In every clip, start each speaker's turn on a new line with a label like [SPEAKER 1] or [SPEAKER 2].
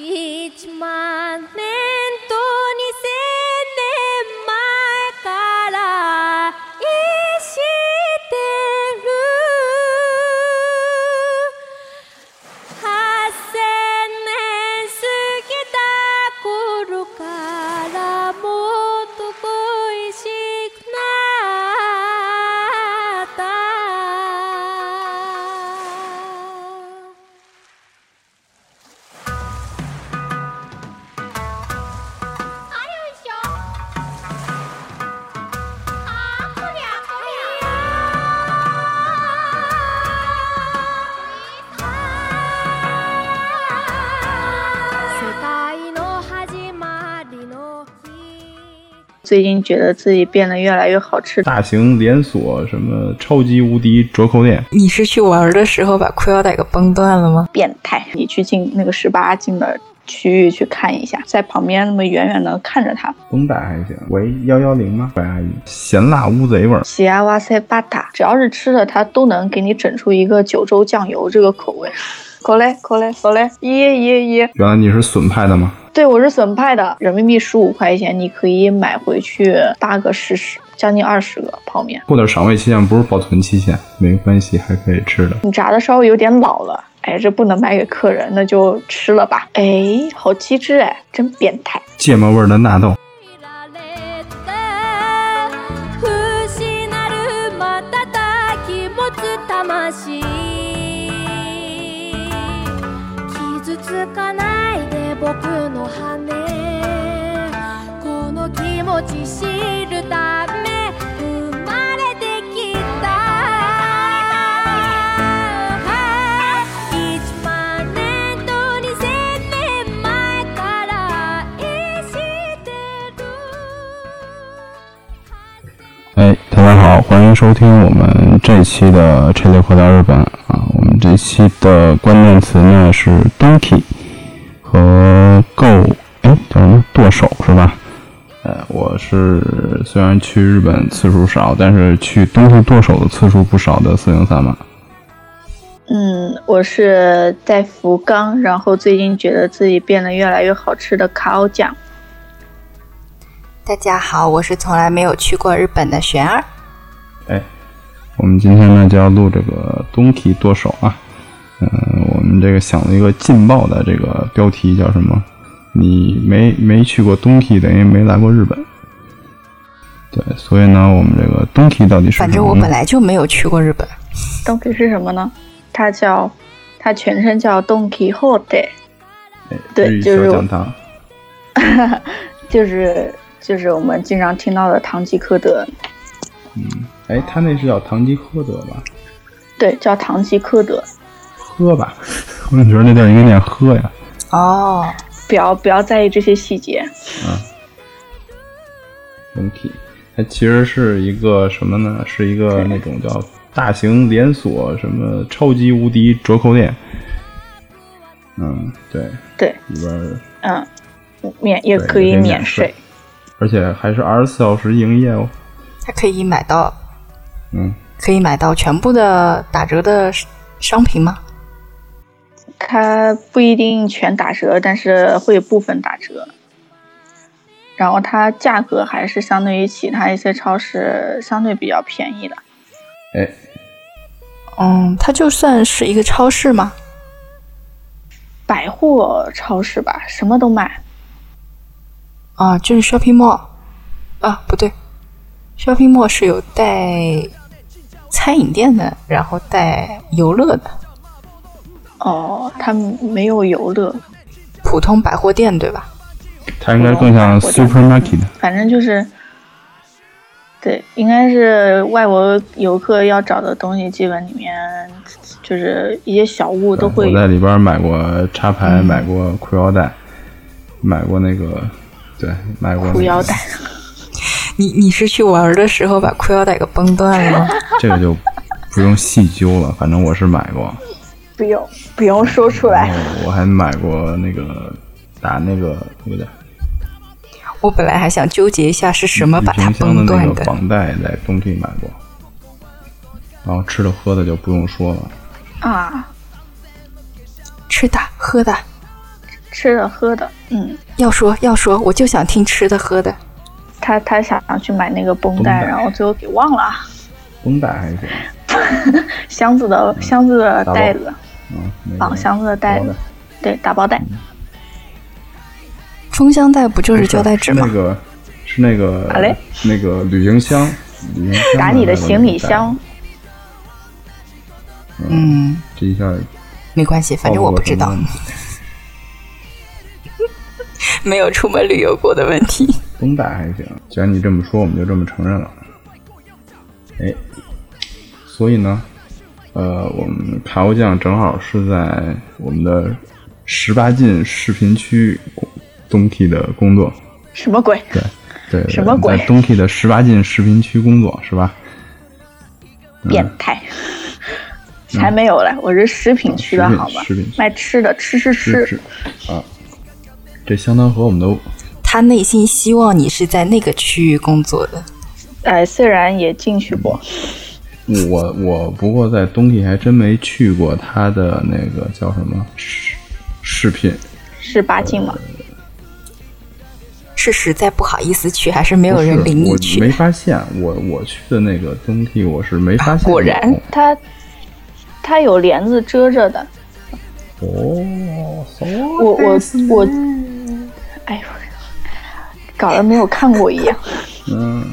[SPEAKER 1] 1万年と2000年前から愛してる8000年過ぎた頃からもっと恋しくなった
[SPEAKER 2] あよいしょあこりゃこりゃ
[SPEAKER 1] 世界の始まりの日
[SPEAKER 3] 最近觉得自己变得越来越好吃。
[SPEAKER 4] 大型连锁什么超级无敌折扣店，
[SPEAKER 5] 你是去玩的时候把裤腰带给崩断了吗？
[SPEAKER 3] 变态！你去进那个十八禁的区域去看一下，在旁边那么远远的看着他。
[SPEAKER 4] 绷带还行。喂，幺幺零吗？白阿姨，咸辣乌贼味儿，
[SPEAKER 3] 喜阿哇塞巴塔，只要是吃的，他都能给你整出一个九州酱油这个口味。口嘞，口嘞，口嘞，耶耶耶！
[SPEAKER 4] 原来你是笋派的吗？
[SPEAKER 3] 对我是笋派的，人民币十五块钱，你可以买回去八个试试，将近二十个泡面。
[SPEAKER 4] 过点赏味期限不是保存期限，没关系，还可以吃的。
[SPEAKER 3] 你炸的稍微有点老了，哎，这不能卖给客人，那就吃了吧。哎，好机智哎，真变态。
[SPEAKER 4] 芥末味儿的纳豆，
[SPEAKER 1] 「いられて不死なるまたたき持つ魂」「傷つかないで僕の羽」「この気持ち知るため生まれてきた」「1万年と2000年前から愛してる」
[SPEAKER 4] 哎，大家好，欢迎收听我们这期的《这类回到日本》啊，我们这期的关键词呢是 donkey 和 go，哎，叫什么剁手是吧？呃，我是虽然去日本次数少，但是去东京剁手的次数不少的四零三嘛。
[SPEAKER 3] 嗯，我是在福冈，然后最近觉得自己变得越来越好吃的卡奥酱。
[SPEAKER 5] 大家好，我是从来没有去过日本的璇儿。
[SPEAKER 4] 我们今天呢就要录这个东体剁手啊，嗯、我们这个想了一个劲爆的这个标题叫什么？你没没去过东体，等于没来过日本。对，所以呢，我们这个东体到底是什么
[SPEAKER 5] 反
[SPEAKER 4] 呢？
[SPEAKER 5] 正我本来就没有去过日本。
[SPEAKER 3] Donkey 是什么呢？它叫，它全称叫 Donkey Hote，对
[SPEAKER 4] 哎日语
[SPEAKER 3] 就是
[SPEAKER 4] 小
[SPEAKER 3] 我
[SPEAKER 4] 讲堂，
[SPEAKER 3] 就是就是我们经常听到的唐吉诃德，
[SPEAKER 4] 哎，他那是叫唐吉诃德吧？
[SPEAKER 3] 对，叫唐吉诃德。
[SPEAKER 4] 喝吧， 我怎么觉得那地儿应该念喝呀？
[SPEAKER 5] 哦，
[SPEAKER 3] 不要不要在意这些细节，
[SPEAKER 4] 整体，它其实是一个什么呢？是一个那种叫大型连锁什么超级无敌折扣店。嗯，对，
[SPEAKER 3] 对，
[SPEAKER 4] 里边儿
[SPEAKER 3] 嗯，免也
[SPEAKER 4] 对
[SPEAKER 3] 可
[SPEAKER 4] 也
[SPEAKER 3] 以
[SPEAKER 4] 可以
[SPEAKER 3] 免
[SPEAKER 4] 免税
[SPEAKER 3] 税。
[SPEAKER 4] 而且还是二十四小时营业哦。
[SPEAKER 5] 它可以买到，
[SPEAKER 4] 嗯，
[SPEAKER 5] 可以买到全部的打折的商品吗？
[SPEAKER 3] 它不一定全打折，但是会有部分打折。然后它价格还是相对于其他一些超市相对比较便宜的。
[SPEAKER 4] 哎，
[SPEAKER 5] 嗯，它就算是一个超市吗？
[SPEAKER 3] 百货超市吧，什么都卖。
[SPEAKER 5] 啊，就是 shopping mall。啊，不对，shopping mall 是有带餐饮店的，然后带游乐的，
[SPEAKER 3] 哦，它没有游乐，
[SPEAKER 5] 普通百货店对吧？
[SPEAKER 4] 它应该更像
[SPEAKER 3] 我懂
[SPEAKER 4] supermarket。
[SPEAKER 3] 反正就是，对，应该是外国游客要找的东西，基本里面就是一些小物都会
[SPEAKER 4] 嗯
[SPEAKER 3] 嗯
[SPEAKER 4] 我
[SPEAKER 3] 有
[SPEAKER 4] 在。里边买过插排，买过裤腰带，买过那个，对，买过那个
[SPEAKER 3] 裤腰带，
[SPEAKER 5] 你你是去玩的时候把裤腰带给崩断了吗？
[SPEAKER 4] 这个就不用细究了，反正我是买过。
[SPEAKER 3] 不要不要说出
[SPEAKER 4] 然。后哦我还买过那个打那个那个叫
[SPEAKER 5] 我本来还想纠结一下是什么把它
[SPEAKER 4] 旅行嗯箱的
[SPEAKER 5] 崩
[SPEAKER 4] 那
[SPEAKER 5] 断
[SPEAKER 4] 个
[SPEAKER 5] 的。
[SPEAKER 4] 绑带在东地买过，然后吃的喝的就不用说了，
[SPEAKER 3] 啊，
[SPEAKER 5] 吃的喝的，
[SPEAKER 3] 吃的喝的，嗯，
[SPEAKER 5] 要说要说，我就想听吃的喝的。
[SPEAKER 3] 他他想去买那个绷
[SPEAKER 4] 绷
[SPEAKER 3] 带，
[SPEAKER 4] 带
[SPEAKER 3] 然后最后给忘了 啊
[SPEAKER 4] 绷带还是什么？
[SPEAKER 3] 箱子的箱子的
[SPEAKER 4] 打包
[SPEAKER 3] 袋子，
[SPEAKER 4] 嗯，那个
[SPEAKER 3] 绑箱子的袋
[SPEAKER 4] 包嗯
[SPEAKER 3] 子，对，打包袋，
[SPEAKER 5] 封箱带不就
[SPEAKER 4] 不
[SPEAKER 5] 是胶带纸
[SPEAKER 4] 是
[SPEAKER 5] 吗
[SPEAKER 4] 那？个是那个
[SPEAKER 3] 啊嘞
[SPEAKER 4] 那个旅行箱，旅行箱
[SPEAKER 3] 打你的行李箱，。
[SPEAKER 5] 嗯，
[SPEAKER 4] 这一下
[SPEAKER 5] 没关系，
[SPEAKER 4] 哦
[SPEAKER 5] 反正我不知道
[SPEAKER 4] 暴露，了什么
[SPEAKER 5] 没有出门旅游过的问题。
[SPEAKER 4] 绷带还行，既然你这么说，我们就这么承认了。哎，所以呢，呃，我们卡欧酱正好是在我们的十八禁视频区东体的工作，
[SPEAKER 3] 什么鬼？
[SPEAKER 4] 对对，对
[SPEAKER 3] 什么鬼
[SPEAKER 4] 在东体的十八禁视频区工作是吧？嗯
[SPEAKER 3] 变态！才没有嘞，我是食品区的
[SPEAKER 4] 哦食品
[SPEAKER 3] 好吧
[SPEAKER 4] 食品？区
[SPEAKER 3] 卖吃的，吃吃
[SPEAKER 4] 是
[SPEAKER 3] 吃，
[SPEAKER 4] 是啊，这相当和我们的
[SPEAKER 5] 他内心希望你是在那个区域工作的，
[SPEAKER 3] 哎，虽然也进去过，
[SPEAKER 4] 嗯我我不过在东体还真没去过他的那个叫什么视视频，
[SPEAKER 3] 是八禁嘛？
[SPEAKER 4] 呃
[SPEAKER 5] 是实在不好意思去，还是没有
[SPEAKER 4] 不是
[SPEAKER 5] 人领你
[SPEAKER 4] 我没
[SPEAKER 5] 去？
[SPEAKER 4] 发现，我我去的那个东体我是没发现有、
[SPEAKER 5] 啊果然
[SPEAKER 3] 它它有帘子遮着的，
[SPEAKER 4] 哦，
[SPEAKER 3] 我我我，哎呦，搞得没有看过一样，
[SPEAKER 4] 嗯，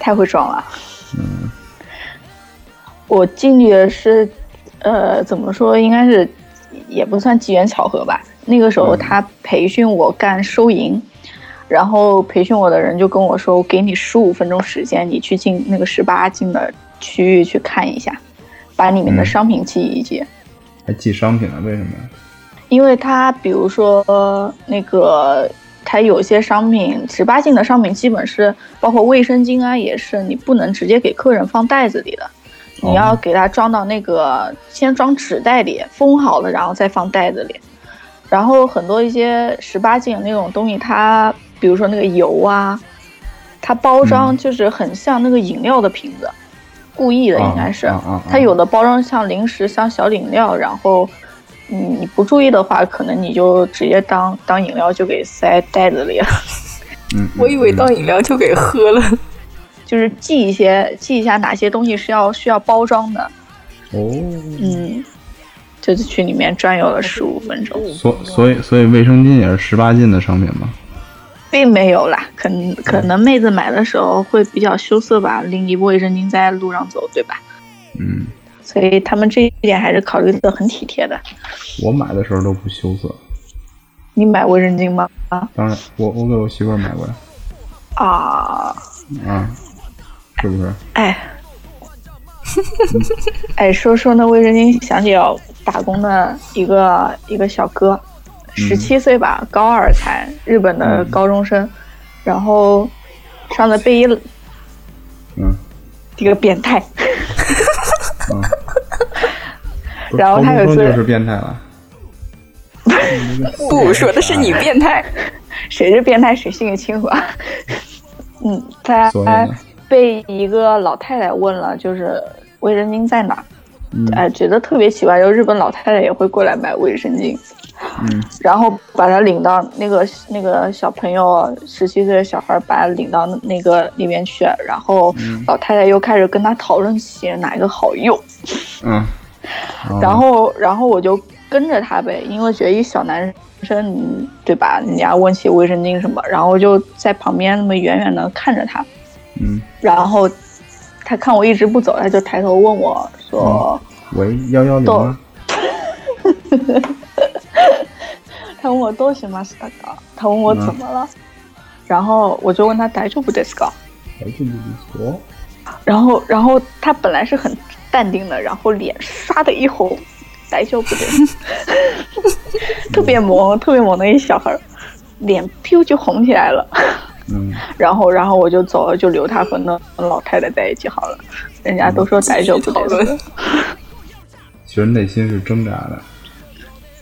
[SPEAKER 3] 太会装了。嗯，我进去的是，呃，怎么说，应该是也不算机缘巧合吧。那个时候他培训我干收银，然后培训我的人就跟我说，我给你十五分钟时间，你去进那个十八进的区域去看一下，把里面的
[SPEAKER 4] 嗯
[SPEAKER 3] 商品记一记。
[SPEAKER 4] 还寄商品了，为什么呀？
[SPEAKER 3] 因为它比如说那个，它有些商品十八禁的商品，基本是包括卫生巾啊，也是你不能直接给客人放袋子里的，你
[SPEAKER 4] 哦
[SPEAKER 3] 要给它装到那个先装纸袋里，封好了，然后再放袋子里。然后很多一些十八禁的那种东西，它比如说那个油啊，它包
[SPEAKER 4] 嗯
[SPEAKER 3] 装就是很像那个饮料的瓶子，故意的应该是。
[SPEAKER 4] 啊啊啊啊
[SPEAKER 3] 它有的包装像零食，像小饮料，然后你你不注意的话，可能你就直接当当饮料就给塞袋子里了。
[SPEAKER 4] 嗯，
[SPEAKER 5] 我以为
[SPEAKER 4] 嗯
[SPEAKER 5] 倒饮料就给喝了。
[SPEAKER 3] 就是记一些记一下哪些东西是要需要包装的，
[SPEAKER 4] 哦，
[SPEAKER 3] 嗯，就是去里面转悠了十五分钟，
[SPEAKER 4] 所所以所以卫生巾也是十八禁的商品吗？
[SPEAKER 3] 并没有啦，可能可能妹子买的时候会比较羞涩吧，拎一卫生巾在路上走，对吧？
[SPEAKER 4] 嗯，
[SPEAKER 3] 所以他们这一点还是考虑的很体贴的。
[SPEAKER 4] 我买的时候都不羞涩，
[SPEAKER 3] 你买卫生巾吗？
[SPEAKER 4] 当然我我给我媳妇儿买过呀，
[SPEAKER 3] 啊，
[SPEAKER 4] 啊，是不是？
[SPEAKER 3] 哎，哎，说说那卫生巾，想起了打工的一个一个小哥，十七岁吧，高二才日本的高中生，然后上了贝一
[SPEAKER 4] 嗯。
[SPEAKER 3] 这个变态，
[SPEAKER 4] 嗯，不是
[SPEAKER 3] 然后他有
[SPEAKER 4] 高中
[SPEAKER 3] 一
[SPEAKER 4] 生
[SPEAKER 3] 次
[SPEAKER 4] 就是变 态了，
[SPEAKER 5] 不，说的是你变态。
[SPEAKER 3] 谁是变态谁心里清楚啊。嗯，他
[SPEAKER 4] 所以呢
[SPEAKER 3] 被一个老太太问了，就是卫生巾在哪儿？
[SPEAKER 4] 嗯
[SPEAKER 3] 哎，觉得特别奇怪，就日本老太太也会过来买卫生巾。
[SPEAKER 4] 嗯，
[SPEAKER 3] 然后把他领到那个那个小朋友十七岁的小孩，把他领到那个里面去，然后老太太又开始跟他讨论起哪一个好用，
[SPEAKER 4] 嗯，
[SPEAKER 3] 然后然后我就跟着他呗，因为觉得一小男生嗯对吧，人家问起卫生巾什么，然后我就在旁边那么远远的看着他，
[SPEAKER 4] 嗯，
[SPEAKER 3] 然后他看我一直不走，他就抬头问我说。
[SPEAKER 4] 喂幺幺零啊
[SPEAKER 3] 懂
[SPEAKER 4] 吗？
[SPEAKER 3] 他问我どうしましたか？他问我怎么了？然后我就问他大丈夫ですか？
[SPEAKER 4] 还是不错，
[SPEAKER 3] 然后然后他本来是很淡定的，然后脸唰的一红，大丈夫です 特别萌，特别萌的一小孩儿，脸 Q 就红起来了。
[SPEAKER 4] 嗯，
[SPEAKER 3] 然后然后我就走了，就留他和那老太太在一起好了。人家都说大丈夫
[SPEAKER 5] 讨
[SPEAKER 3] です
[SPEAKER 5] 论。
[SPEAKER 4] 其实内心是挣扎的，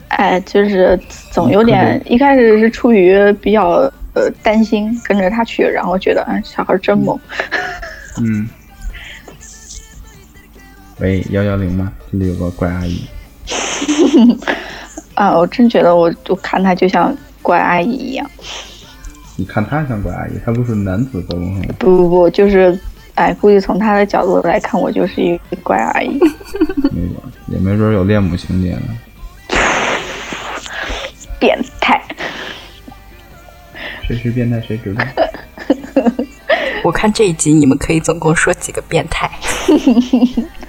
[SPEAKER 3] 哎，就是总有点，一开始是出于比较呃担心，跟着他去，然后觉得嗯小孩真萌，
[SPEAKER 4] 嗯。喂幺幺零吗？这里有个怪阿姨，
[SPEAKER 3] 啊，我真觉得我我看他就像乖阿姨一样。
[SPEAKER 4] 你看他像怪阿姨，他不是男子高中生吗？
[SPEAKER 3] 不不不，就是，哎，估计从他的角度来看，我就是一个乖阿 姨。
[SPEAKER 4] 没准儿也没准儿有恋母情节呢。
[SPEAKER 3] 变态，
[SPEAKER 4] 谁是变态谁知道？
[SPEAKER 5] 我看这一集你们可以总共说几个变态？
[SPEAKER 4] 啊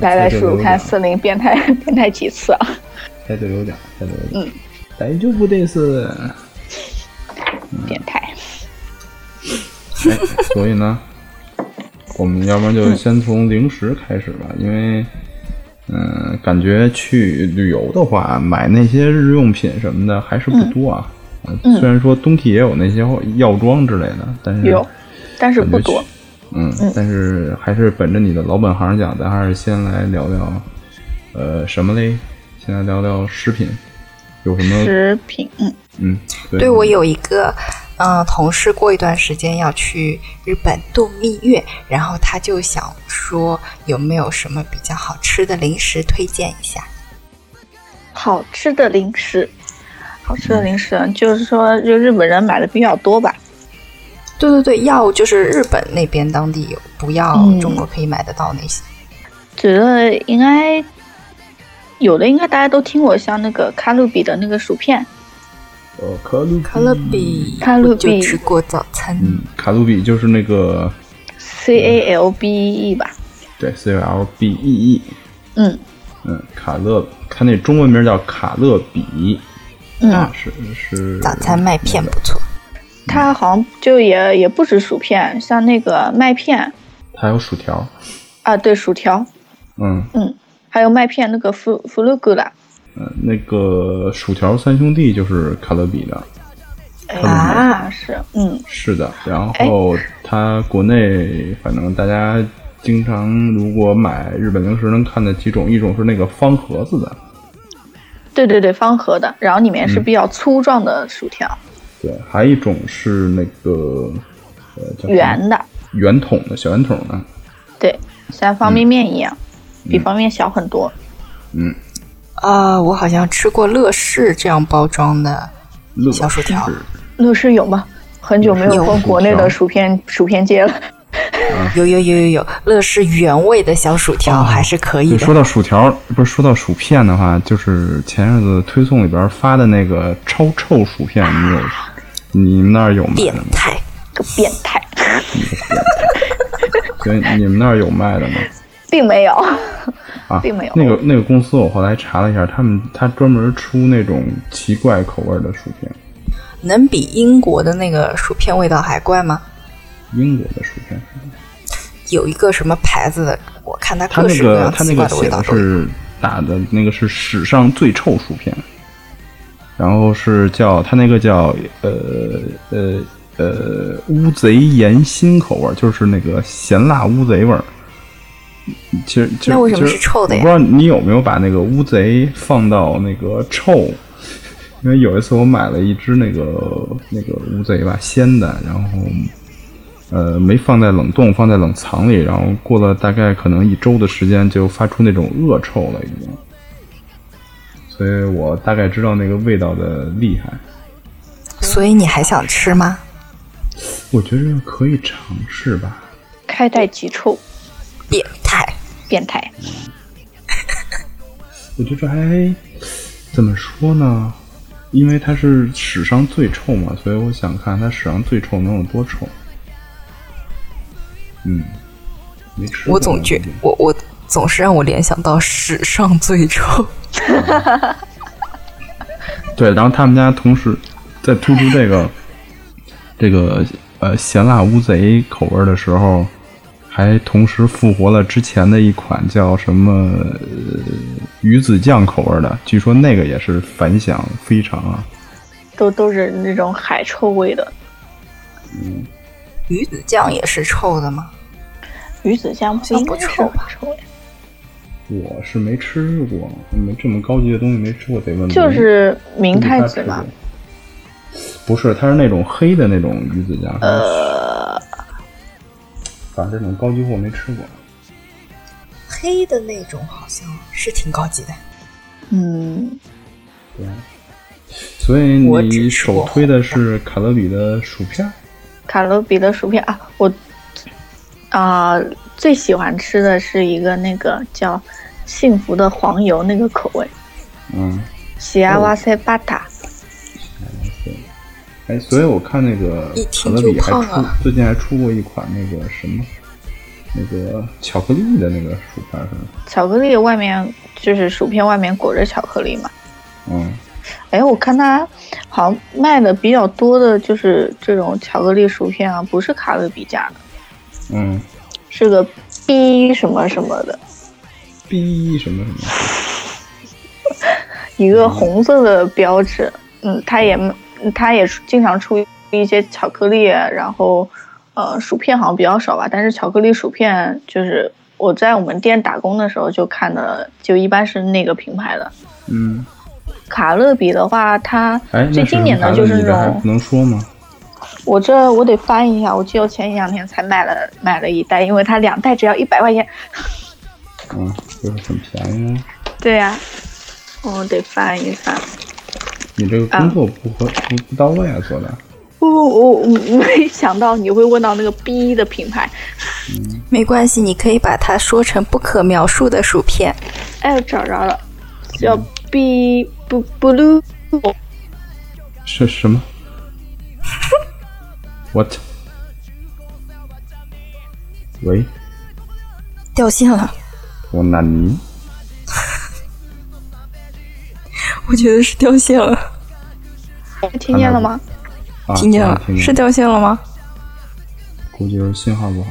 [SPEAKER 3] 来来，
[SPEAKER 4] 猜
[SPEAKER 3] 数
[SPEAKER 4] 对
[SPEAKER 3] 数
[SPEAKER 4] 有
[SPEAKER 3] 看，
[SPEAKER 4] 奖，
[SPEAKER 3] 四零变态变态几次啊？
[SPEAKER 4] 猜对有奖，猜对有
[SPEAKER 3] 嗯，
[SPEAKER 4] 奖。大丈夫です。嗯
[SPEAKER 3] 变态，
[SPEAKER 4] 哎，所以呢，我们要不然就先从零食开始吧，因为，嗯、感觉去旅游的话，买那些日用品什么的还是不多啊。呃虽然说东西也有那些药妆之类的，但是
[SPEAKER 3] 有，但是
[SPEAKER 4] 感觉
[SPEAKER 3] 不多
[SPEAKER 4] 去。。嗯，但是还是本着你的老本行讲，咱还是先来聊聊，呃，什么嘞？先来聊聊食品，有什么？
[SPEAKER 3] 食品，嗯，
[SPEAKER 4] 嗯，对
[SPEAKER 5] 对我有一个呃同事，过一段时间要去日本度蜜月，然后他就想说有没有什么比较好吃的零食推荐一下。
[SPEAKER 3] 好吃的零食，好吃
[SPEAKER 4] 嗯
[SPEAKER 3] 的零食，就是说，就日本人买的比较多吧。
[SPEAKER 5] 对对对，要就是日本那边当地有，不要
[SPEAKER 3] 嗯
[SPEAKER 5] 中国可以买得到那些。
[SPEAKER 3] 觉得应该有的，应该大家都听过，像那个卡路比的那个薯片，
[SPEAKER 4] 呃，卡路
[SPEAKER 5] 卡乐，比，
[SPEAKER 3] 卡乐
[SPEAKER 5] 嗯我就
[SPEAKER 3] 比
[SPEAKER 5] 吃过早餐。
[SPEAKER 4] 嗯，卡路比就是那个
[SPEAKER 3] C A L B E 吧，
[SPEAKER 4] 对 C L B E E，
[SPEAKER 3] 嗯
[SPEAKER 4] 嗯，卡乐，它那中文名叫卡乐比，
[SPEAKER 3] 嗯
[SPEAKER 4] 啊，，是是嗯
[SPEAKER 5] 早餐麦片不错，
[SPEAKER 3] 它好像就也也不止薯片，像那个麦片
[SPEAKER 4] 还有薯条，
[SPEAKER 3] 啊，对，薯条，
[SPEAKER 4] 嗯
[SPEAKER 3] 嗯，还有麦片那个弗弗鲁古拉，
[SPEAKER 4] 嗯、呃那个薯条三兄弟就是卡乐比的，
[SPEAKER 3] 哎
[SPEAKER 5] 啊
[SPEAKER 3] 好像是，嗯，
[SPEAKER 4] 是的，然
[SPEAKER 5] 哎
[SPEAKER 4] 后它国内反正大家经常如果买日本零食能看的几种，一种是那个方盒子的，
[SPEAKER 3] 对对对，方盒的，然后里面是比较粗壮的薯条，
[SPEAKER 4] 对，还有一种是那个呃叫什么
[SPEAKER 3] 圆的，
[SPEAKER 4] 圆筒的小圆筒的，
[SPEAKER 3] 对，像方便面一样，比方便面小很多，
[SPEAKER 4] 嗯，
[SPEAKER 5] 啊、我好像吃过乐事这样包装的
[SPEAKER 4] 乐
[SPEAKER 5] 小薯条
[SPEAKER 4] 事
[SPEAKER 3] 乐事有吗？很久没有
[SPEAKER 5] 有
[SPEAKER 3] 逛国内的薯片薯片街了，
[SPEAKER 4] 嗯
[SPEAKER 5] 有有有有有，乐事原味的小薯条还是可以
[SPEAKER 4] 就
[SPEAKER 5] 的
[SPEAKER 4] 啊说。到薯条，不是说到薯片的话，就是前日子推送里边发的那个超臭薯片，你有？你们那儿有卖
[SPEAKER 5] 变
[SPEAKER 4] 的吗？
[SPEAKER 5] 态，
[SPEAKER 3] 个变态，
[SPEAKER 4] 对，你们那儿有卖的吗？
[SPEAKER 3] 并没有，
[SPEAKER 4] 啊，
[SPEAKER 3] 并没有
[SPEAKER 4] 那个那个公司，我后来查了一下，他们他专门出那种奇怪口味的薯片，
[SPEAKER 5] 能比英国的那个薯片味道还怪吗？
[SPEAKER 4] 英国的薯片。
[SPEAKER 5] 有一个什么牌子的，我看它
[SPEAKER 4] 他
[SPEAKER 5] 各
[SPEAKER 4] 那
[SPEAKER 5] 式各
[SPEAKER 4] 个
[SPEAKER 5] 样
[SPEAKER 4] 他
[SPEAKER 5] 奇
[SPEAKER 4] 那
[SPEAKER 5] 怪
[SPEAKER 4] 个
[SPEAKER 5] 的味
[SPEAKER 4] 写
[SPEAKER 5] 道
[SPEAKER 4] 的
[SPEAKER 5] 都有。
[SPEAKER 4] 是打的那个是史上最臭薯片，然后是叫他那个叫呃呃呃乌贼盐辛口味儿，就是那个咸辣乌贼味儿。其实其实
[SPEAKER 5] 那为什么
[SPEAKER 4] 其实
[SPEAKER 5] 是臭的呀
[SPEAKER 4] 我不知道你有没有把那个乌贼放到那个臭。因为有一次我买了一只那个那个乌贼吧，鲜的，然后呃，没放在冷冻，放在冷藏里，然后过了大概可能一周的时间，就发出那种恶臭了，已经。所以我大概知道那个味道的厉害。
[SPEAKER 5] 所以你还想吃吗？
[SPEAKER 4] 我觉得可以尝试吧。
[SPEAKER 3] 开袋即臭，
[SPEAKER 5] 变态，
[SPEAKER 3] 变态。
[SPEAKER 4] 我觉得还怎么说呢？因为它是史上最臭嘛，所以我想看它史上最臭能有多臭。嗯，没吃过
[SPEAKER 5] 我总觉
[SPEAKER 4] 那个
[SPEAKER 5] 我我总是让我联想到史上最臭。
[SPEAKER 4] 对，然后他们家同时在突出这个这个呃咸辣乌贼口味儿的时候，还同时复活了之前的一款叫什么、呃、鱼子酱口味儿的，据说那个也是反响非常啊。
[SPEAKER 3] 都都是那种海臭味的。
[SPEAKER 5] 鱼子酱也是臭的吗？
[SPEAKER 3] 鱼子酱好像
[SPEAKER 5] 应该是
[SPEAKER 3] 臭
[SPEAKER 5] 吧
[SPEAKER 3] 臭呀
[SPEAKER 4] 我是没吃过，没这么高级的东西没吃过，得问问。
[SPEAKER 3] 就是嗯明太子嘛。。
[SPEAKER 4] 不是，它是那种黑的那种鱼子酱。呃，反正这种高级货没吃过。
[SPEAKER 5] 黑的那种好像是挺高级的。
[SPEAKER 3] 嗯，
[SPEAKER 4] 所以
[SPEAKER 5] 我只
[SPEAKER 4] 你
[SPEAKER 5] 吃过
[SPEAKER 4] 首推的是卡乐比的薯片儿，
[SPEAKER 3] 卡乐比的薯片啊，我啊、最喜欢吃的是一个那个叫幸福的黄油那个口味，
[SPEAKER 4] 嗯，
[SPEAKER 3] 喜阿瓦塞巴塔。
[SPEAKER 4] 哎，所以我看那个
[SPEAKER 5] 一
[SPEAKER 4] 卡
[SPEAKER 5] 听
[SPEAKER 4] 乐
[SPEAKER 5] 就
[SPEAKER 4] 比还
[SPEAKER 5] 胖
[SPEAKER 4] 出
[SPEAKER 5] 啊
[SPEAKER 4] 最近还出过一款那个什么，那个巧克力的那个薯片儿是吗？
[SPEAKER 3] 巧克力外面就是薯片外面裹着巧克力嘛。
[SPEAKER 4] 嗯，
[SPEAKER 3] 哎，我看它好像卖的比较多的就是这种巧克力薯片啊，不是卡乐比家的，
[SPEAKER 4] 嗯
[SPEAKER 3] 是个 B 什么什么的，
[SPEAKER 4] ，B 什么什么，
[SPEAKER 3] 一
[SPEAKER 4] 嗯
[SPEAKER 3] 个红色的标志。嗯，它也它也经常出一些巧克力，然后呃薯片好像比较少吧，但是巧克力薯片就是我在我们店打工的时候就看的，就一般是那个品牌的。
[SPEAKER 4] 嗯，
[SPEAKER 3] 卡乐比的话，它
[SPEAKER 4] 哎，那
[SPEAKER 3] 最
[SPEAKER 4] 是什
[SPEAKER 3] 经
[SPEAKER 4] 么
[SPEAKER 3] 典的
[SPEAKER 4] 牌
[SPEAKER 3] 就
[SPEAKER 4] 子
[SPEAKER 3] 是
[SPEAKER 4] 你
[SPEAKER 3] 那
[SPEAKER 4] 这还
[SPEAKER 3] 种
[SPEAKER 4] 不能说吗？
[SPEAKER 3] 我这我得翻译一下，我记得我前两天才买了买了一袋，因为它两袋只要一百块钱。
[SPEAKER 4] 嗯，就是很便宜啊。
[SPEAKER 3] 对呀、我得翻一翻。
[SPEAKER 4] 你这个工作不合、不不到位啊，做的。
[SPEAKER 3] 不不，我我没想到你会问到那个 B 的品牌。
[SPEAKER 5] 没关系，你可以把它说成不可描述的薯片。
[SPEAKER 3] 哎，找着了，叫 B 不 blue
[SPEAKER 4] 是什么？What？喂，
[SPEAKER 5] 掉线了，
[SPEAKER 4] 我纳尼？
[SPEAKER 5] 我觉得是掉线了，
[SPEAKER 3] 听见了吗？
[SPEAKER 4] 啊，
[SPEAKER 5] 听见了，
[SPEAKER 4] 听
[SPEAKER 5] 是，掉线了吗？
[SPEAKER 4] 估计是信号不好。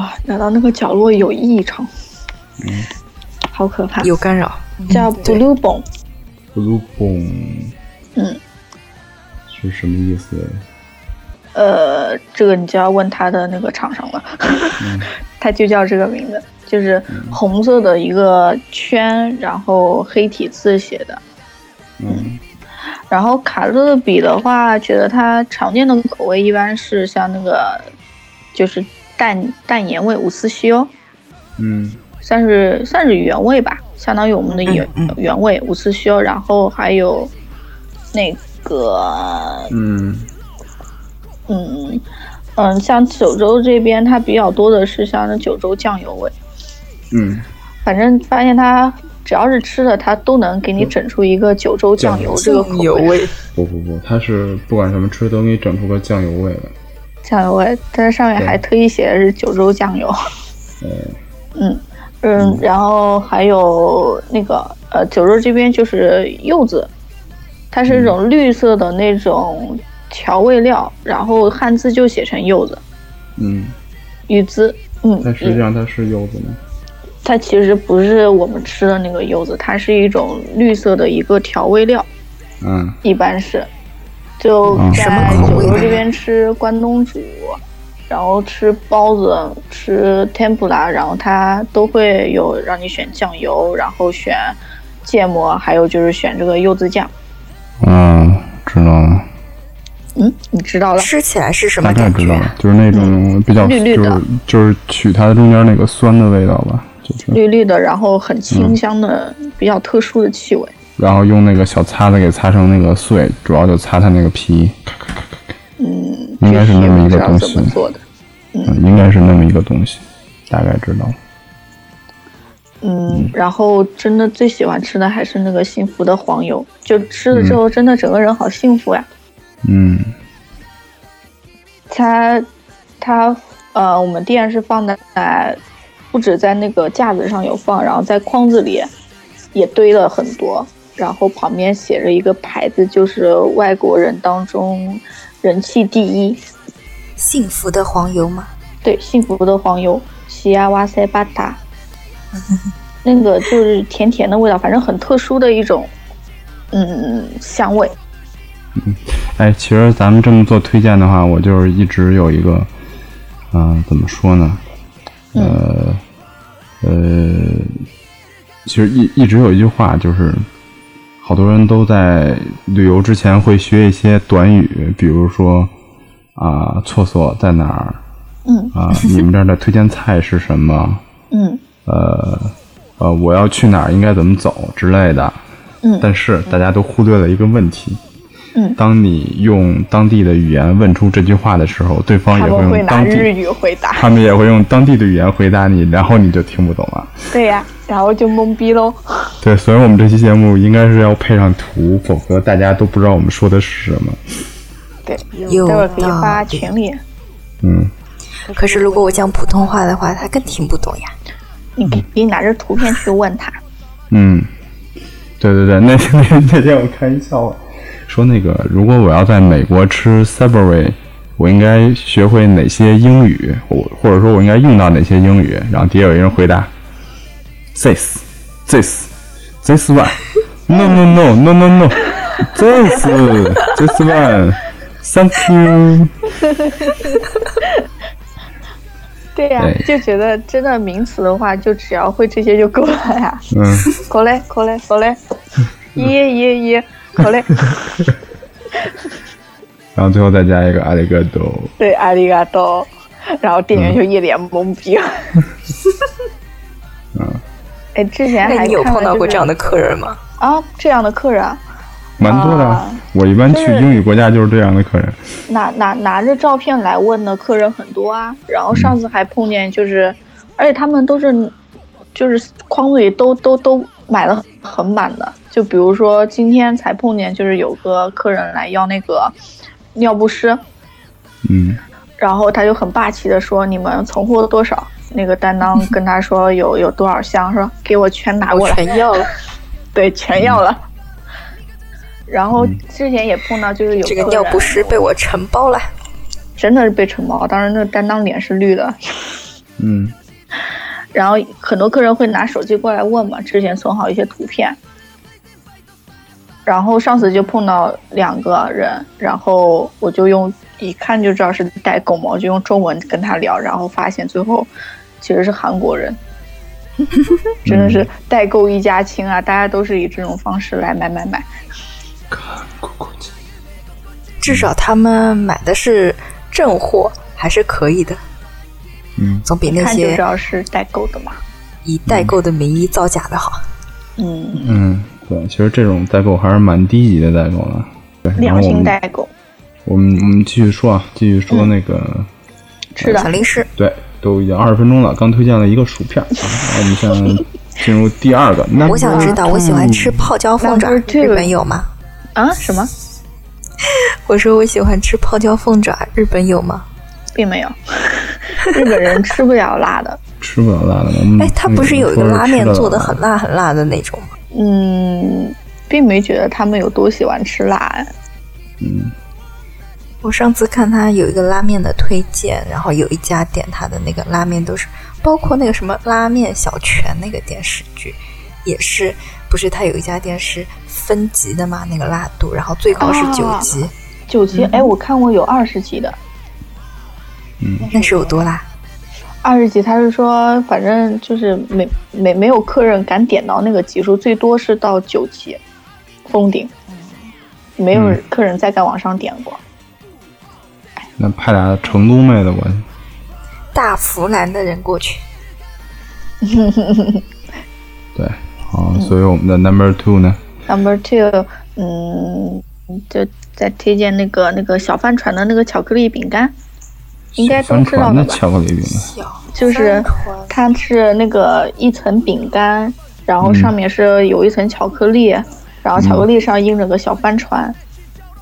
[SPEAKER 3] 哦，难道那个角落有异常？好可
[SPEAKER 4] 啊
[SPEAKER 3] 怕！
[SPEAKER 5] 有干扰，
[SPEAKER 3] 叫
[SPEAKER 5] 嗯对
[SPEAKER 3] blue bone，
[SPEAKER 4] Blue Boom
[SPEAKER 3] 嗯，
[SPEAKER 4] 是什么意思？
[SPEAKER 3] 呃，这个你就要问他的那个厂商了， 它就叫这个名字，就是红色的一个圈，然后黑体字写的。
[SPEAKER 4] 嗯
[SPEAKER 3] 然后卡乐比的话，觉得它常见的口味一般是像那个，就是淡淡盐味五四西哦，
[SPEAKER 4] 嗯
[SPEAKER 3] 算是算是原味吧，相当于我们的原、
[SPEAKER 5] 嗯嗯
[SPEAKER 3] 原味五四西哦。然后还有那个
[SPEAKER 4] 嗯
[SPEAKER 3] 嗯，嗯，像九州这边，它比较多的是像那九州酱油味。
[SPEAKER 4] 嗯，
[SPEAKER 3] 反正发现它只要是吃的，它都能
[SPEAKER 5] 嗯
[SPEAKER 3] 给你整出一个九州酱油这个口
[SPEAKER 5] 有
[SPEAKER 3] 味。
[SPEAKER 5] 味，
[SPEAKER 4] 不不不，它是不管什么吃都给你整出个酱油味来。
[SPEAKER 3] 酱油味，它上面还特意写的是九州酱油。嗯嗯，然后还有那个呃，九州这边就是柚子，它是一种绿色的那种调味料，然后汉字就写成柚子，
[SPEAKER 4] 嗯，
[SPEAKER 3] 柚子。嗯，
[SPEAKER 4] 但实际上它是柚子吗？
[SPEAKER 3] 它其实不是我们吃的那个柚子，它是一种绿色的一个调味料，
[SPEAKER 4] 嗯
[SPEAKER 3] 一般是就
[SPEAKER 4] 嗯
[SPEAKER 5] 什么
[SPEAKER 3] 在
[SPEAKER 5] 口
[SPEAKER 3] 九
[SPEAKER 5] 味
[SPEAKER 3] 州
[SPEAKER 5] 呢
[SPEAKER 3] 这边吃关东煮，然后吃包子、吃 tempura，然后它都会有让你选酱油，然后选芥末，还有就是选这个柚子酱。
[SPEAKER 4] 嗯，知道了，
[SPEAKER 3] 嗯，你知道了。
[SPEAKER 5] 吃起来是什么
[SPEAKER 4] 大概
[SPEAKER 5] 感
[SPEAKER 4] 知
[SPEAKER 5] 觉
[SPEAKER 4] 道？了，就是那种比较
[SPEAKER 3] 嗯绿绿的
[SPEAKER 4] 就是就是取它中间那个酸的味道吧，就是，
[SPEAKER 3] 绿绿的，然后很清香的，比较特殊的气味。
[SPEAKER 4] 然后用那个小擦子给擦成那个碎，主要就擦它那个皮，咔咔咔
[SPEAKER 3] 嗯，
[SPEAKER 4] 应该是
[SPEAKER 3] 具体
[SPEAKER 4] 那么
[SPEAKER 3] 不
[SPEAKER 4] 一个
[SPEAKER 3] 知道
[SPEAKER 4] 东
[SPEAKER 3] 怎么嗯
[SPEAKER 4] 西
[SPEAKER 3] 做的。
[SPEAKER 4] 嗯，应该是那么一个东西，大概知道了。
[SPEAKER 3] 嗯，然后真的最喜欢吃的还是那个幸福的黄油，就吃了之后真的整个人好幸福呀。
[SPEAKER 4] 嗯
[SPEAKER 3] 它它呃，我们店是放在不止在那个架子上有放，然后在筐子里也堆了很多，然后旁边写着一个牌子，就是外国人当中人气第一，
[SPEAKER 5] 幸福的黄油吗？
[SPEAKER 3] 对，幸福的黄油，西亚哇塞巴达，那个就是甜甜的味道，反正很特殊的一种，嗯，香味。
[SPEAKER 4] 哎，其实咱们这么做推荐的话，我就是一直有一个，嗯、怎么说呢？呃，呃，其实一一直有一句话，就是好多人都在旅游之前会学一些短语，比如说啊、厕所在哪儿
[SPEAKER 3] 嗯
[SPEAKER 4] 啊、你们这儿的推荐菜是什么？
[SPEAKER 3] 嗯
[SPEAKER 4] 呃，呃，我要去哪儿，应该怎么走之类的。
[SPEAKER 3] 嗯
[SPEAKER 4] 但是大家都忽略了一个问题。
[SPEAKER 3] 嗯
[SPEAKER 4] 当你用当地的语言问出这句话的时候，对方也
[SPEAKER 3] 他
[SPEAKER 4] 会
[SPEAKER 3] 们会
[SPEAKER 4] 用
[SPEAKER 3] 拿
[SPEAKER 4] 当地，
[SPEAKER 3] 日语回答。
[SPEAKER 4] 他们也会用当地的语言回答你，然后你就听不懂了。
[SPEAKER 3] 对呀、然后就懵逼喽。
[SPEAKER 4] 对，所以我们这期节目应该是要配上图，否则大家都不知道我们说的是什么。
[SPEAKER 3] 对，
[SPEAKER 5] 有
[SPEAKER 3] 嗯待会儿可以
[SPEAKER 5] 道
[SPEAKER 3] 发
[SPEAKER 5] 理
[SPEAKER 3] 群里，
[SPEAKER 4] 嗯，
[SPEAKER 5] 可是如果我讲普通话的话，他更听不懂呀。
[SPEAKER 3] 你可以拿着图片去问他。
[SPEAKER 4] 嗯，对对对，那那那天我看一笑话，说那个如果我要在美国吃 Subway，我应该学会哪些英语，我或者说我应该用到哪些英语？然后底下有一人回答，this this this one。No no no no no no. This this one. Thank you.
[SPEAKER 3] 对呀、
[SPEAKER 4] 对
[SPEAKER 3] 就觉得真的名词的话，就只要会这些就够了呀。
[SPEAKER 4] 嗯，
[SPEAKER 3] 过来，过来，过来，耶耶耶，过来。
[SPEAKER 4] 然后最后再加一个阿里嘎多。
[SPEAKER 3] 对，阿里嘎多。然后店员就一脸懵逼。嗯。哎，之前
[SPEAKER 5] 那
[SPEAKER 3] 还
[SPEAKER 5] 你有
[SPEAKER 3] 看
[SPEAKER 5] 碰到
[SPEAKER 3] 就
[SPEAKER 5] 过这
[SPEAKER 3] 是
[SPEAKER 5] 样的客人吗？
[SPEAKER 3] 啊这样的客人啊，
[SPEAKER 4] 蛮多的。
[SPEAKER 3] 啊
[SPEAKER 4] 我一般去
[SPEAKER 3] 就是
[SPEAKER 4] 英语国家就是这样的客人。
[SPEAKER 3] 拿拿拿着照片来问的客人很多啊。然后上次还碰见就是，而且他们都是就是筐子里都都都买了很满的。就比如说今天才碰见，就是有个客人来要那个尿不湿，
[SPEAKER 4] 嗯
[SPEAKER 3] 然后他就很霸气的说：“你们存货多少？”那个担 当跟他说有有多少箱，说给我全拿过
[SPEAKER 5] 我
[SPEAKER 3] 来。
[SPEAKER 5] 全要了，嗯
[SPEAKER 3] 对，全要了。然后之前也碰到，就是有
[SPEAKER 5] 这个
[SPEAKER 3] 客
[SPEAKER 5] 尿
[SPEAKER 3] 人
[SPEAKER 5] 不湿被我承包了。
[SPEAKER 3] 真的是被承包，当时那个担当脸是绿的。
[SPEAKER 4] 嗯
[SPEAKER 3] 然后很多客人会拿手机过来问嘛，之前存好一些图片。然后上次就碰到两个人，然后我就用一看就知道是代购嘛，我就用中文跟他聊，然后发现最后其实是韩国 人，真的是代购一家亲啊！大家都是以这种方式来买买买。
[SPEAKER 5] 至少他们买的是正货，还是可以的，
[SPEAKER 4] 嗯，
[SPEAKER 5] 总比
[SPEAKER 3] 一
[SPEAKER 5] 那
[SPEAKER 3] 看就知
[SPEAKER 5] 些
[SPEAKER 3] 道是代购的嘛。
[SPEAKER 5] 以代购的名义造假的好。
[SPEAKER 3] 嗯，
[SPEAKER 4] 嗯，对，其实这种代购还是蛮低级的代购了。对，然
[SPEAKER 3] 良
[SPEAKER 4] 后我
[SPEAKER 5] 嗯
[SPEAKER 3] 心
[SPEAKER 4] 们
[SPEAKER 3] 代购，
[SPEAKER 4] 我们我们继续说啊，继续说那个，
[SPEAKER 3] 吃
[SPEAKER 5] 小
[SPEAKER 3] 的
[SPEAKER 5] 零食，
[SPEAKER 4] 对，都已经二十分钟了，刚推荐了一个薯片，那我们现 在进入第二个。那嗯
[SPEAKER 5] 我想知道，我喜欢吃泡椒凤爪，
[SPEAKER 3] Number two
[SPEAKER 5] 日本有吗？
[SPEAKER 3] 啊？什么？
[SPEAKER 5] 我说我喜欢吃泡椒凤爪，日本有吗？
[SPEAKER 3] 并没有， 日本人吃不了辣的。
[SPEAKER 4] 吃不了辣的，嗯我们
[SPEAKER 5] 哎，它不是有一个拉面做的很
[SPEAKER 4] 嗯
[SPEAKER 5] 辣很辣的那种吗？
[SPEAKER 3] 嗯，并没觉得他们有多喜欢吃辣哎。
[SPEAKER 5] 我上次看他有一个拉面的推荐，然后有一家店，他的那个拉面都是包括那个什么拉面小泉那个电视剧，也是不是他有一家店是分级的嘛？那个辣度，然后最高是九
[SPEAKER 3] 啊
[SPEAKER 5] 级，
[SPEAKER 3] 九级，哎，我看过有二十级的，
[SPEAKER 5] 那是有多辣？
[SPEAKER 3] 二十级他是说，反正就是没没没有客人敢点到那个级数，最多是到九级，封顶，没有
[SPEAKER 4] 嗯
[SPEAKER 3] 客人再敢往上点过。
[SPEAKER 4] 那派俩成都妹的过去。
[SPEAKER 5] 大福兰的人过去，
[SPEAKER 4] 对，
[SPEAKER 5] 嗯
[SPEAKER 4] 好，所以我们的 number two 呢，
[SPEAKER 3] Number two，嗯，就再推荐那个那个小帆船的那个巧克力饼干，应该都
[SPEAKER 4] 帆
[SPEAKER 3] 知道
[SPEAKER 4] 船的
[SPEAKER 3] 的吧？
[SPEAKER 4] 巧克力饼干。
[SPEAKER 3] 就是它是那个一层饼干，然后上面是有一层巧克力，然后巧克力上印着个小帆船，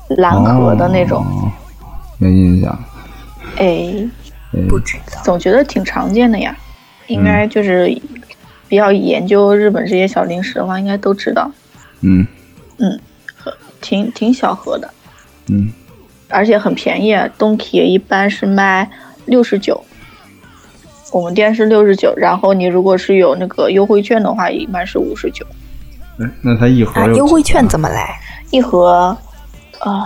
[SPEAKER 3] 蓝壳的那种，
[SPEAKER 4] 哦、没印象。
[SPEAKER 3] 哎，
[SPEAKER 4] 哎
[SPEAKER 5] 不知道。
[SPEAKER 3] 总觉得挺常见的呀，应该就是比较研究日本这些小零食的话，应该都知道，
[SPEAKER 4] 嗯
[SPEAKER 3] 挺挺小盒的，
[SPEAKER 4] 嗯，
[SPEAKER 3] 而且很便宜，东体一般是卖六十九。我们店是六十九，然后你如果是有那个优惠券的话，一般是五十九。
[SPEAKER 4] 哎那它一盒
[SPEAKER 5] 啊，
[SPEAKER 4] 有
[SPEAKER 5] 优惠
[SPEAKER 4] 几个
[SPEAKER 5] 券怎么来？
[SPEAKER 3] 一盒，呃，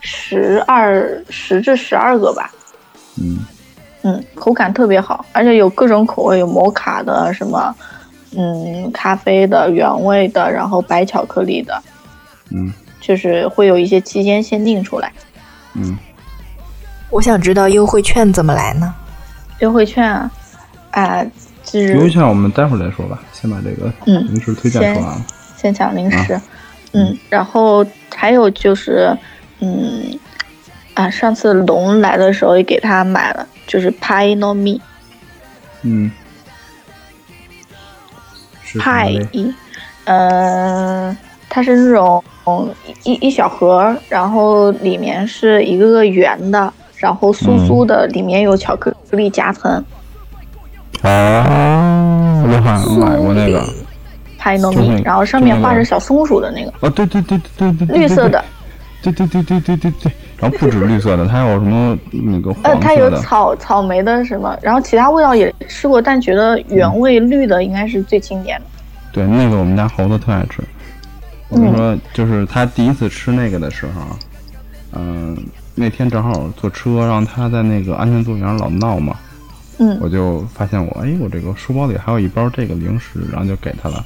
[SPEAKER 3] 十二十至十二个吧。
[SPEAKER 4] 嗯
[SPEAKER 3] 嗯，口感特别好，而且有各种口味，有摩卡的，什么，嗯，咖啡的，原味的，然后白巧克力的，
[SPEAKER 4] 嗯
[SPEAKER 3] 就是会有一些期间限定出来。
[SPEAKER 4] 嗯，
[SPEAKER 5] 我想知道优惠券怎么来呢？
[SPEAKER 3] 优惠券啊，啊、就
[SPEAKER 4] 留一
[SPEAKER 3] 是
[SPEAKER 4] 下，我们待会儿再说吧，先把这个
[SPEAKER 3] 嗯
[SPEAKER 4] 零食推荐说完。
[SPEAKER 3] 先讲零食，
[SPEAKER 4] 嗯
[SPEAKER 3] 嗯，然后还有就是，嗯，啊，上次龙来的时候也给他买了，就是 Pie no Mi
[SPEAKER 4] 嗯，是什么
[SPEAKER 3] Pie
[SPEAKER 4] 嘞
[SPEAKER 3] 一，嗯、它是那种一一小盒儿，然后里面是一个个圆的，然后酥
[SPEAKER 4] 嗯
[SPEAKER 3] 酥的，里面有巧克力夹层
[SPEAKER 4] 哦，我好像买过那个。
[SPEAKER 3] ，Pie no
[SPEAKER 4] 就是
[SPEAKER 3] Mi，然后上面画着小松鼠的那个
[SPEAKER 4] 哦，对对对对对对，
[SPEAKER 3] 绿色的。，
[SPEAKER 4] 对对对对对对对。然后不止绿色的，它还有什么那个
[SPEAKER 3] 呃，
[SPEAKER 4] 黄
[SPEAKER 3] 它有
[SPEAKER 4] 色的？
[SPEAKER 3] 草草莓的什么，然后其他味道也吃过，但觉得
[SPEAKER 4] 嗯
[SPEAKER 3] 原味绿的应该是最经典的。
[SPEAKER 4] 对，那个我们家猴子特爱吃。我
[SPEAKER 3] 嗯
[SPEAKER 4] 跟你说，就是他第一次吃那个的时候啊，嗯、那天正好坐车，然后他在那个安全座椅上老闹嘛，
[SPEAKER 3] 嗯
[SPEAKER 4] 我就发现我，哎，我这个书包里还有一包这个零食，然后就给他了，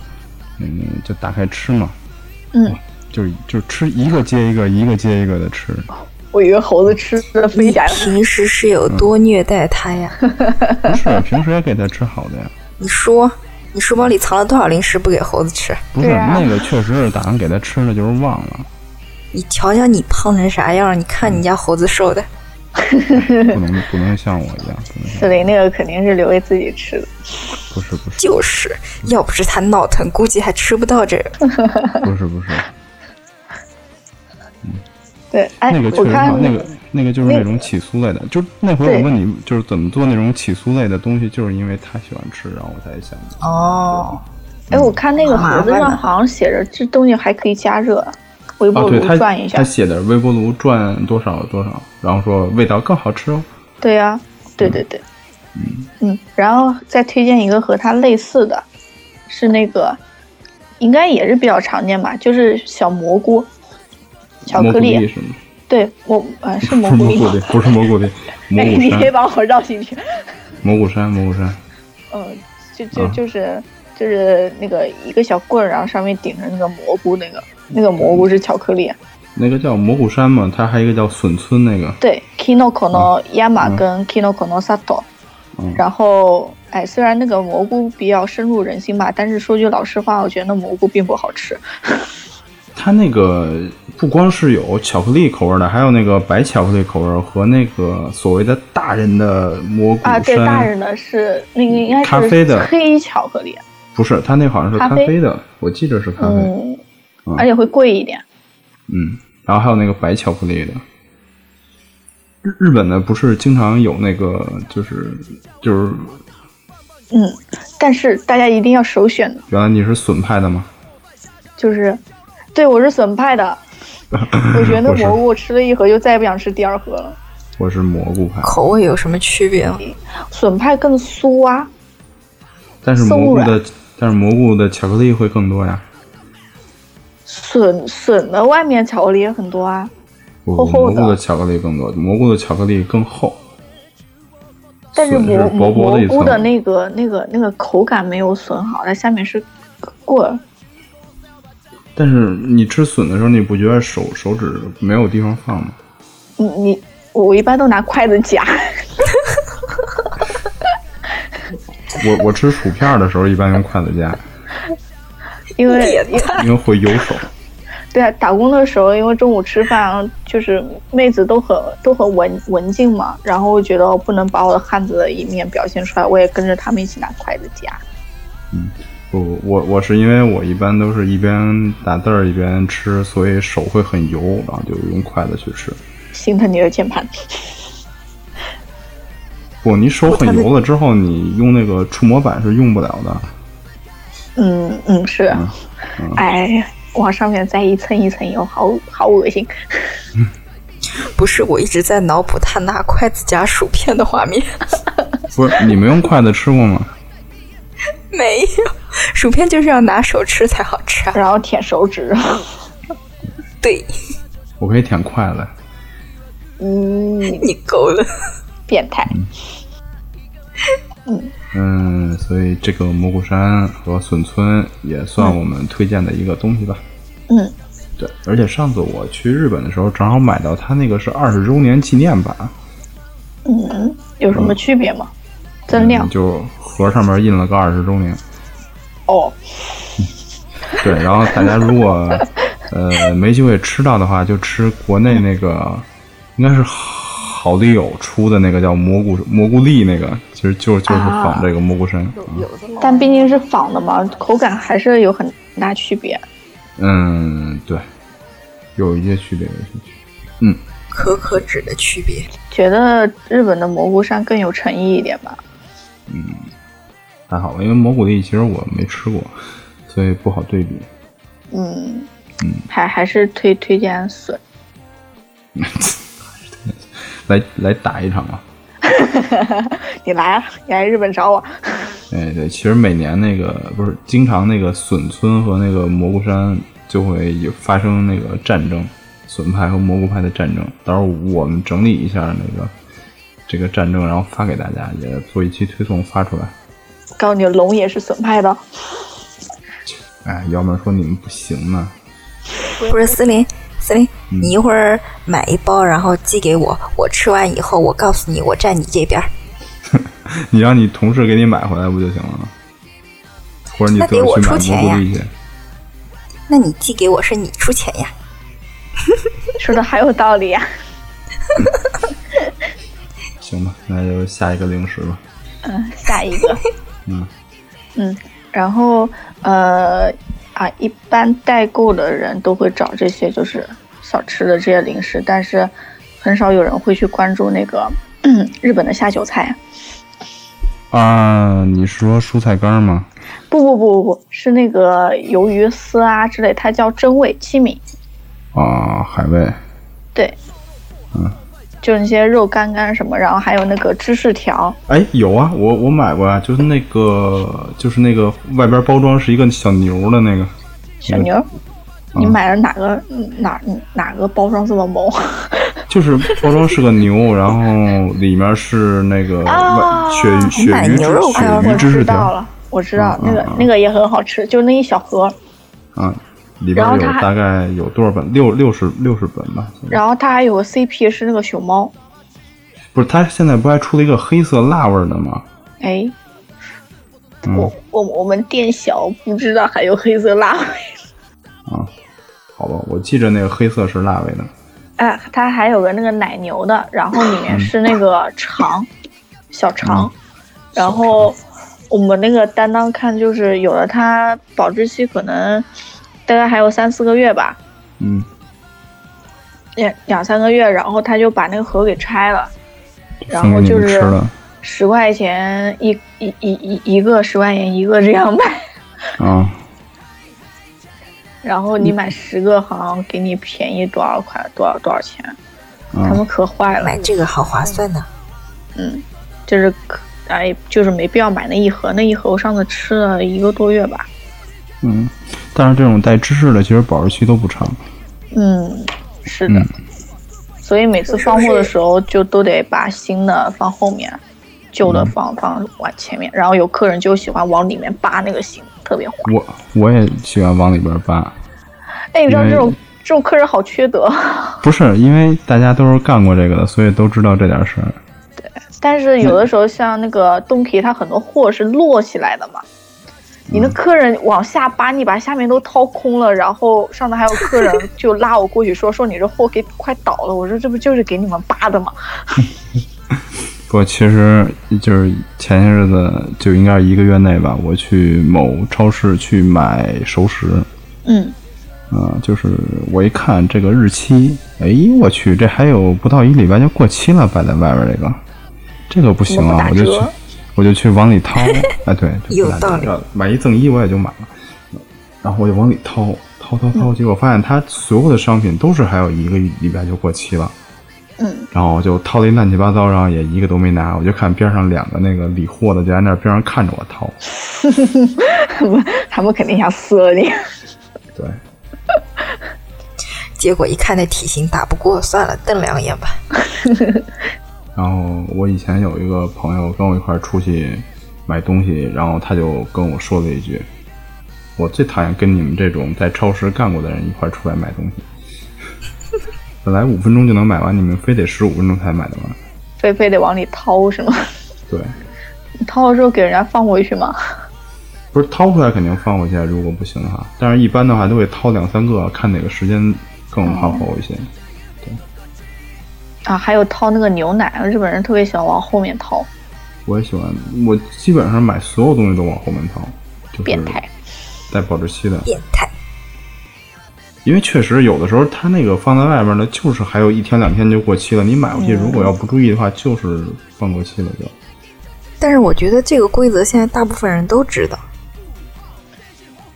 [SPEAKER 4] 嗯，就打开吃嘛，
[SPEAKER 3] 嗯，
[SPEAKER 4] 就是就是吃一个接一个，一个接一个的吃，
[SPEAKER 3] 我以为猴子吃的飞
[SPEAKER 5] 你
[SPEAKER 3] 夹，
[SPEAKER 5] 平时是有多虐待它呀？
[SPEAKER 4] 不是，平时也给他吃好的呀，
[SPEAKER 5] 你说，你书包里藏了多少零食不给猴子吃？
[SPEAKER 4] 不是、
[SPEAKER 3] 对啊
[SPEAKER 4] 那个确实是打算给他吃的，就是忘了，
[SPEAKER 5] 你瞧瞧你胖成啥样儿？你看你家猴子瘦的，
[SPEAKER 4] 不能不能像我一样，不能
[SPEAKER 3] 四
[SPEAKER 4] 像，
[SPEAKER 3] 零那个肯定是留给自己吃的。
[SPEAKER 4] 不是不是
[SPEAKER 5] 就是要不是它闹腾，估计还吃不到这个。
[SPEAKER 4] 不是不是，
[SPEAKER 3] 对，哎，
[SPEAKER 4] 那个确
[SPEAKER 3] 我
[SPEAKER 4] 实
[SPEAKER 3] 看
[SPEAKER 4] 好，那个那个就是
[SPEAKER 3] 那
[SPEAKER 4] 那种起酥类的，就是那回我
[SPEAKER 3] 对
[SPEAKER 4] 问你就是怎么做那种起酥类的东西，就是因为他喜欢吃，然后我才想
[SPEAKER 3] 啊
[SPEAKER 4] 的。
[SPEAKER 5] 哦，
[SPEAKER 3] 哎，
[SPEAKER 4] 嗯
[SPEAKER 3] 我看那个盒子
[SPEAKER 5] 麻烦啊
[SPEAKER 3] 上
[SPEAKER 5] 呢
[SPEAKER 3] 好像写着这东西还可以加热，微波
[SPEAKER 4] 啊，对
[SPEAKER 3] 炉
[SPEAKER 4] 他
[SPEAKER 3] 转一下
[SPEAKER 4] 他。写的微波炉转多少多少，然后说味道更好吃哦。
[SPEAKER 3] 对呀、对对对，
[SPEAKER 4] 嗯
[SPEAKER 3] 嗯，然后再推荐一个和它类似的，是那个应该也是比较常见吧，就是小蘑菇，巧
[SPEAKER 4] 蘑
[SPEAKER 3] 克
[SPEAKER 4] 菇
[SPEAKER 3] 力。
[SPEAKER 4] 粒是吗？
[SPEAKER 3] 对，我呃是
[SPEAKER 4] 不是
[SPEAKER 3] 蘑菇
[SPEAKER 4] 蘑
[SPEAKER 3] 粒。
[SPEAKER 4] 菇粒，不是蘑菇粒，蘑
[SPEAKER 3] 哎，
[SPEAKER 4] 菇
[SPEAKER 3] 你别
[SPEAKER 4] 山，
[SPEAKER 3] 把我绕进去。
[SPEAKER 4] 蘑菇山，蘑菇山。
[SPEAKER 3] 嗯，就就
[SPEAKER 4] 啊
[SPEAKER 3] 就是就是那个一个小棍儿，然后上面顶着那个蘑菇，那个那个蘑菇是巧克力。啊
[SPEAKER 4] 那个叫蘑菇山嘛，它还有一个叫笋村那个，
[SPEAKER 3] 对，kinoko no yama 跟 kinoko no sato。
[SPEAKER 4] 嗯，
[SPEAKER 3] 然后，哎，虽然那个蘑菇比较深入人心吧，但是说句老实话，我觉得那蘑菇并不好吃。
[SPEAKER 4] 它那个不光是有巧克力口味的，还有那个白巧克力口味和那个所谓的大人的蘑菇山，
[SPEAKER 3] 啊，对，大人的是那个应该
[SPEAKER 4] 咖啡
[SPEAKER 3] 是
[SPEAKER 4] 的
[SPEAKER 3] 黑巧克力，
[SPEAKER 4] 不是，它那好像是
[SPEAKER 3] 咖
[SPEAKER 4] 咖
[SPEAKER 3] 啡
[SPEAKER 4] 啡的，我记着是咖啡，
[SPEAKER 3] 嗯，
[SPEAKER 4] 嗯
[SPEAKER 3] 而且会贵一点。
[SPEAKER 4] 嗯，然后还有那个白巧克力的。日日本的不是经常有那个，就是就是，
[SPEAKER 3] 嗯，但是大家一定要首选的
[SPEAKER 4] 原来你是笋派的吗？
[SPEAKER 3] 就是，对我是笋派 的，我觉得那
[SPEAKER 4] 我是
[SPEAKER 3] 蘑菇吃了一盒就再也不想吃第二盒了。
[SPEAKER 4] 我是蘑菇派，
[SPEAKER 5] 口味有什么区别吗？
[SPEAKER 3] 笋派更酥啊，
[SPEAKER 4] 但是蘑菇
[SPEAKER 3] 松
[SPEAKER 4] 的，但是蘑菇的巧克力会更多呀。
[SPEAKER 3] 笋笋的外面巧克力也很多啊。
[SPEAKER 4] 不
[SPEAKER 3] 厚厚的
[SPEAKER 4] 蘑菇的巧克力更多，蘑菇的巧克力更厚。
[SPEAKER 3] 但是
[SPEAKER 4] 笋
[SPEAKER 3] 蘑
[SPEAKER 4] 薄薄一
[SPEAKER 3] 蘑
[SPEAKER 4] 层
[SPEAKER 3] 菇的那个那个那个口感没有笋好，它下面是棍儿。
[SPEAKER 4] 但是你吃笋的时候，你不觉得手手指没有地方放吗？
[SPEAKER 3] 你你我一般都拿筷子夹，
[SPEAKER 4] 我我吃薯片的时候，一般用筷子夹，
[SPEAKER 3] 因为
[SPEAKER 5] 也
[SPEAKER 3] 因为
[SPEAKER 4] 因为会油手。
[SPEAKER 3] 对啊，打工的时候因为中午吃饭就是妹子都很都很文文静嘛，然后我觉得不能把我的汉子的一面表现出来，我也跟着他们一起拿筷子夹。
[SPEAKER 4] 不，我我是因为我一般都是一边打字儿一边吃，所以手会很油，然后就用筷子去吃。
[SPEAKER 3] 心疼你的键盘。
[SPEAKER 4] 不，你手很油了之后，你用那个触摸板是用不了的。
[SPEAKER 3] 嗯嗯，是，
[SPEAKER 4] 嗯
[SPEAKER 3] 哎，往上面再一层一层油，好好恶心。
[SPEAKER 5] 不是，我一直在脑补他拿筷子夹薯片的画面，
[SPEAKER 4] 不是，你们用筷子吃过吗？
[SPEAKER 5] 没有，薯片就是要拿手吃才好吃啊。
[SPEAKER 3] 然后舔手指，
[SPEAKER 5] 对
[SPEAKER 4] 我可以舔筷子。
[SPEAKER 3] 嗯，
[SPEAKER 5] 你够了，
[SPEAKER 3] 变态。
[SPEAKER 4] 嗯，所以这个蘑菇山和笋村也算我们推荐的一个东西吧。
[SPEAKER 3] 嗯，
[SPEAKER 4] 对，而且上次我去日本的时候，正好买到它那个是二十周年纪念版，
[SPEAKER 3] 有什么区别吗？增量
[SPEAKER 4] 嗯就盒上面印了个二十周年。
[SPEAKER 3] 哦，
[SPEAKER 4] 对，然后大家如果呃没机会吃到的话，就吃国内那个应该是好丽友出的那个叫蘑菇蘑菇粒那个，其实就就是仿这个蘑菇参。
[SPEAKER 5] 有有的老
[SPEAKER 3] 但毕竟是仿的嘛，口感还是有很大区别。
[SPEAKER 4] 嗯，对，有一些区别，有一些区别。
[SPEAKER 5] 可可脂的区别。
[SPEAKER 3] 觉得日本的蘑菇扇更有诚意一点吧。
[SPEAKER 4] 还好吧，因为蘑菇粒其实我没吃过，所以不好对比。
[SPEAKER 3] 嗯，还还是推推荐笋。
[SPEAKER 4] 来来打一场啊！
[SPEAKER 3] 你来啊，你来日本找我。
[SPEAKER 4] 哎，对，其实每年那个不是经常那个笋村和那个蘑菇山就会有发生那个战争，笋派和蘑菇派的战争。到时候我们整理一下那个这个战争，然后发给大家，也做一期推送发出来。
[SPEAKER 3] 告诉你，龙也是笋派的。
[SPEAKER 4] 哎，要不然说你们不行呢？
[SPEAKER 5] 不是思林，思林，你一会儿买一包，然后寄给我，我吃完以后，我告诉你，我站你这边儿。
[SPEAKER 4] 你让你同事给你买回来不就行了吗？或者你
[SPEAKER 5] 那
[SPEAKER 4] 自
[SPEAKER 5] 得
[SPEAKER 4] 个
[SPEAKER 5] 我
[SPEAKER 4] 儿去
[SPEAKER 5] 出
[SPEAKER 4] 买
[SPEAKER 5] 钱
[SPEAKER 4] 蘑
[SPEAKER 5] 呀
[SPEAKER 4] 菇粒去。
[SPEAKER 5] 那你寄给我是你出钱呀？
[SPEAKER 3] 说的还有道理呀、啊
[SPEAKER 4] 行吧，那就下一个零食吧。
[SPEAKER 3] 下一个，
[SPEAKER 4] 嗯
[SPEAKER 3] 嗯，然后呃啊，一般代购的人都会找这些就是小吃的这些零食，但是很少有人会去关注那个 日本的下酒菜。
[SPEAKER 4] 啊，你是说蔬菜干儿吗？
[SPEAKER 3] 不不不不不，是那个鱿鱼丝啊之类，它叫真味七米。
[SPEAKER 4] 啊，海味。
[SPEAKER 3] 对，嗯，就是那些肉干干什么，然后还有那个芝士条，
[SPEAKER 4] 哎，有啊，我我买过啊，就是那个，就是那个外边包装是一个小牛的那个，
[SPEAKER 3] 小牛儿。你买了哪个嗯哪哪个包装这么萌？
[SPEAKER 4] 就是包装是个牛，然后里面是那个
[SPEAKER 3] 啊
[SPEAKER 4] 外鳕鱼鳕
[SPEAKER 5] 买
[SPEAKER 4] 鱼
[SPEAKER 5] 牛肉干
[SPEAKER 4] 鳕
[SPEAKER 3] 我
[SPEAKER 4] 鱼芝
[SPEAKER 3] 知
[SPEAKER 4] 士
[SPEAKER 3] 道
[SPEAKER 4] 条
[SPEAKER 3] 了，我知道
[SPEAKER 4] 嗯
[SPEAKER 3] 那个
[SPEAKER 4] 嗯嗯
[SPEAKER 3] 那个也很好吃，就是那一小盒，
[SPEAKER 4] 啊，里边
[SPEAKER 3] 然后
[SPEAKER 4] 有
[SPEAKER 3] 它还
[SPEAKER 4] 大概有多少本？六六十六十本吧。
[SPEAKER 3] 然后它还有个 CP 是那个熊猫，
[SPEAKER 4] 不是，它现在不还出了一个黑色辣味儿的吗？
[SPEAKER 3] 哎，
[SPEAKER 4] 嗯
[SPEAKER 3] 我我我们店小不知道还有黑色辣味，
[SPEAKER 4] 啊，好吧，我记着那个黑色是辣味的。
[SPEAKER 3] 哎，它还有个那个奶牛的，然后里
[SPEAKER 4] 嗯
[SPEAKER 3] 面是那个肠，小肠，然后我们那个担当看就是有的它保质期可能大概还有三四个月吧，
[SPEAKER 4] 嗯，
[SPEAKER 3] 两两三个月，然后他就把那个盒给拆了，然
[SPEAKER 4] 送
[SPEAKER 3] 后
[SPEAKER 4] 给你
[SPEAKER 3] 就
[SPEAKER 4] 们吃
[SPEAKER 3] 是
[SPEAKER 4] 了
[SPEAKER 3] 十块钱一一一一一个，十块钱一个这样卖，
[SPEAKER 4] 啊。
[SPEAKER 3] 然后你
[SPEAKER 4] 嗯
[SPEAKER 3] 买十个好像给你便宜多少块多少多少钱，
[SPEAKER 4] 啊
[SPEAKER 3] 他们可坏了
[SPEAKER 5] 买，这个好划算呢。
[SPEAKER 3] 就是可哎就是没必要买那一盒，那一盒我上次吃了一个多月吧，
[SPEAKER 4] 嗯，但是这种带芝士的，其实保质期都不长。
[SPEAKER 3] 嗯，是的，
[SPEAKER 4] 嗯
[SPEAKER 3] 所以每次放货的时候就都得把新的放后面。旧
[SPEAKER 4] 嗯
[SPEAKER 3] 的放放往前面，然后有客人就喜欢往里面扒那个心，特别滑。
[SPEAKER 4] 我我也喜欢往里边扒，
[SPEAKER 3] 哎，你知道
[SPEAKER 4] 因为
[SPEAKER 3] 这种这种客人好缺德，啊
[SPEAKER 4] 不是因为大家都是干过这个的，所以都知道这点事儿。
[SPEAKER 3] 但是有的时候像那个东皮，它很多货是摞起来的嘛，你那客人往下扒，你把下面都掏空了，然后上头还有客人就拉我过去说说你这货给快倒了，我说这不就是给你们扒的吗？
[SPEAKER 4] 不过其实就是前些日子，就应该是一个月内吧，我去某超市去买熟食，
[SPEAKER 3] 嗯，
[SPEAKER 4] 啊、就是我一看这个日期，哎，我去，这还有不到一礼拜就过期了，摆在外边这个，这个不行
[SPEAKER 3] 怎么不
[SPEAKER 4] 啊
[SPEAKER 3] 打，
[SPEAKER 4] 我就去
[SPEAKER 3] 折，
[SPEAKER 4] 我就去往里 掏，哎，对，就不
[SPEAKER 5] 有
[SPEAKER 4] 打
[SPEAKER 5] 道
[SPEAKER 4] 折了，买一赠一我也就买了，然后我就往里掏，掏掏
[SPEAKER 3] 嗯
[SPEAKER 4] 掏，结果发现它所有的商品都是还有一个礼拜就过期了，
[SPEAKER 3] 嗯，
[SPEAKER 4] 然后我就掏了一乱七八糟，然后也一个都没拿，我就看边上两个那个理货的就在那边上看着我掏，
[SPEAKER 3] 他们 他们肯定想撕了你。
[SPEAKER 4] 对，
[SPEAKER 5] 结果一看那体型打不过，算了，瞪两眼吧。
[SPEAKER 4] 然后我以前有一个朋友跟我一块儿出去买东西，然后他就跟我说了一句：“我最讨厌跟你们这种在超市干过的人一块儿出来买东西。本来五分钟就能买完，你们非得十五分钟才买得完。
[SPEAKER 3] 非非得往里掏是吗？”
[SPEAKER 4] 对，
[SPEAKER 3] 掏了之后给人家放回去吗？
[SPEAKER 4] 不是掏出来肯定放回去，啊如果不行的话，但是一般的话都会掏两三个，看哪个时间更靠后一些。
[SPEAKER 3] 啊，还有掏那个牛奶，日本人特别喜欢往后面掏，
[SPEAKER 4] 我也喜欢，我基本上买所有东西都往后面掏，就是
[SPEAKER 3] 变态。
[SPEAKER 4] 带保质期的，
[SPEAKER 5] 变态。
[SPEAKER 4] 因为确实有的时候它那个放在外面的，就是还有一天两天就过期了。你买回去如果要不注意的话，就是放过期了就。
[SPEAKER 5] 但是我觉得这个规则现在大部分人都知道，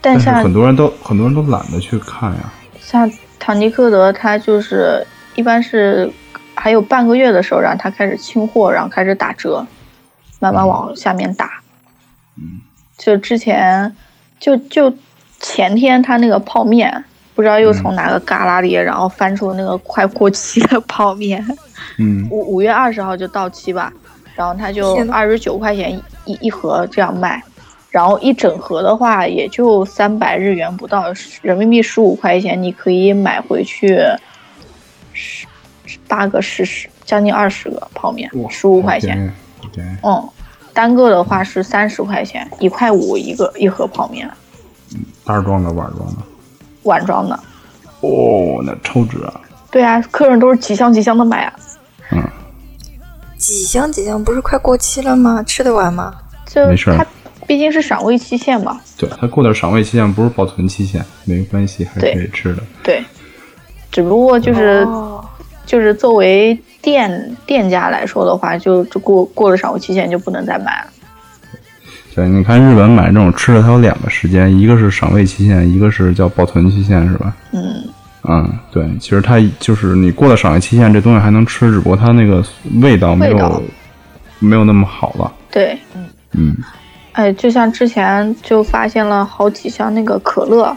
[SPEAKER 3] 但啊
[SPEAKER 4] 但是
[SPEAKER 3] 像
[SPEAKER 4] 很多人都很多人都懒得去看呀。
[SPEAKER 3] 像唐吉诃德，他就是一般是还有半个月的时候，然后他开始清货，然后开始打折，慢慢往下面打。
[SPEAKER 4] 嗯，
[SPEAKER 3] 就之前就就前天他那个泡面，不知道又从哪个旮旯里，然后翻出那个快过期的泡面，
[SPEAKER 4] 嗯，
[SPEAKER 3] 五五月二十号就到期吧，然后他就
[SPEAKER 5] 天呐
[SPEAKER 3] 二十九块钱一一盒这样卖，然后一整盒的话也就三百日元不到，人民币十五块钱，你可以买回去十八个十十将近二十个泡面，十五块钱，
[SPEAKER 4] 好便宜，好便宜。
[SPEAKER 3] 嗯，单个的话是三十块钱，一块五一个一盒泡面，
[SPEAKER 4] 袋儿装的，碗儿装的。
[SPEAKER 3] 碗装的。
[SPEAKER 4] 哦，那超值啊！
[SPEAKER 3] 对啊，客人都是几箱几箱的买啊，
[SPEAKER 5] 几箱几箱不是快过期了吗？吃得完吗？
[SPEAKER 3] 就
[SPEAKER 4] 没事儿
[SPEAKER 3] 它毕竟是赏味期限嘛，
[SPEAKER 4] 对，它过点赏味期限不是保存期限，没关系，还可以吃的。
[SPEAKER 3] 对，只不过就是、
[SPEAKER 5] 哦
[SPEAKER 3] 就是作为店店家来说的话，就就过过了赏味期限就不能再买了。
[SPEAKER 4] 对，你看日本买这种吃的，它有两个时间，一个是赏味期限，一个是叫保存期限，是吧？
[SPEAKER 3] 嗯，
[SPEAKER 4] 嗯，对，其实它就是你过了赏味期限，这东西还能吃，只不过它那个味道没
[SPEAKER 3] 味道
[SPEAKER 4] 有没有那么好了。
[SPEAKER 3] 对，
[SPEAKER 4] 嗯，
[SPEAKER 3] 哎，就像之前就发现了好几箱那个可乐，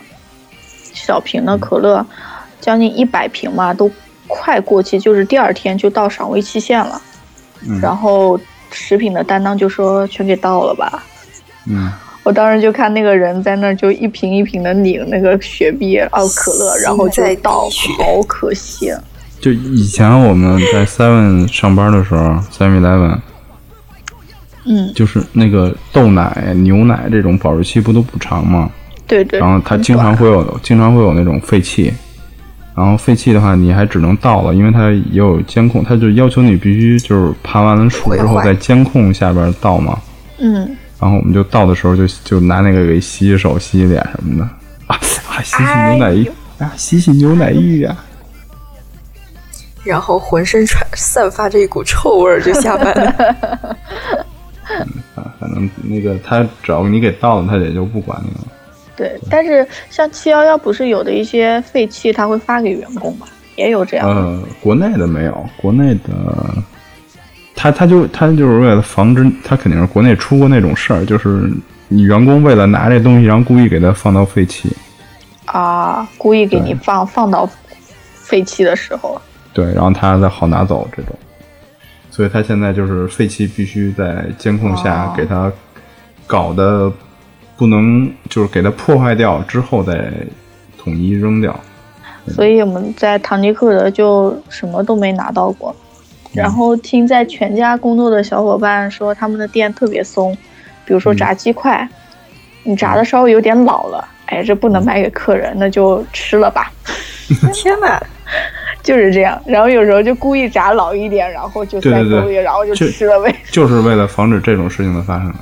[SPEAKER 3] 小瓶的可乐，将近一百瓶嘛，都快过期，就是第二天就到赏味期限了。
[SPEAKER 4] 嗯
[SPEAKER 3] 然后食品的担当就说全给倒了吧。
[SPEAKER 4] 嗯，
[SPEAKER 3] 我当时就看那个人在那儿就一瓶一瓶的拧那个雪碧哦可乐，然后就
[SPEAKER 5] 心在滴
[SPEAKER 3] 倒，
[SPEAKER 5] 血
[SPEAKER 3] 好可惜。
[SPEAKER 4] 就以前我们在 Seven 上班的时候，Seven Eleven
[SPEAKER 3] 嗯，
[SPEAKER 4] 就是那个豆奶、牛奶这种保质期不都不长吗？
[SPEAKER 3] 对对
[SPEAKER 4] 然。后它经常会有经常会有那种废气，然后废气的话你还只能倒了，因为它也有监控，它就要求你必须就是爬完了树之
[SPEAKER 5] 毁
[SPEAKER 4] 后
[SPEAKER 5] 坏
[SPEAKER 4] 在监控下边倒嘛。
[SPEAKER 3] 嗯，
[SPEAKER 4] 然后我们就倒的时候就就拿那个给洗手、洗脸什么的啊啊，洗洗牛奶浴啊，洗洗牛奶啊浴呀、
[SPEAKER 5] 然后浑身传散发着一股臭味儿就下班了。
[SPEAKER 4] 啊，反正那个他只要你给倒了，他也就不管你了。
[SPEAKER 3] 对。但是像七幺幺不是有的一些废气，他会发给员工嘛，也有这样的。
[SPEAKER 4] 呃，国内的没有，国内的，他他就他就是为了防止，他肯定是国内出过那种事儿，就是你员工为了拿这东西，然后故意给它放到废弃，
[SPEAKER 3] 啊，故意给你
[SPEAKER 4] 对
[SPEAKER 3] 放放到废弃的时候。
[SPEAKER 4] 对，然后他再好拿走这种。所以他现在就是废弃必须在监控下
[SPEAKER 3] 哦
[SPEAKER 4] 给他搞得不能，就是给它破坏掉之后再统一扔掉。嗯
[SPEAKER 3] 所以我们在唐吉诃德就什么都没拿到过。
[SPEAKER 4] 嗯
[SPEAKER 3] 然后听在全家工作的小伙伴说，他们的店特别松，比
[SPEAKER 4] 嗯
[SPEAKER 3] 如说炸鸡块，你炸的稍微有点老了，哎，这不能卖给客人，那就吃了吧，
[SPEAKER 5] 天哪，
[SPEAKER 3] 就是这样。然后有时候就故意炸老一点，然后就
[SPEAKER 4] 对
[SPEAKER 3] 塞
[SPEAKER 4] 对
[SPEAKER 3] 口里，
[SPEAKER 4] 对
[SPEAKER 3] 然后就
[SPEAKER 4] 这
[SPEAKER 3] 吃了呗。啊
[SPEAKER 4] 就是为了防止这种事情的发生。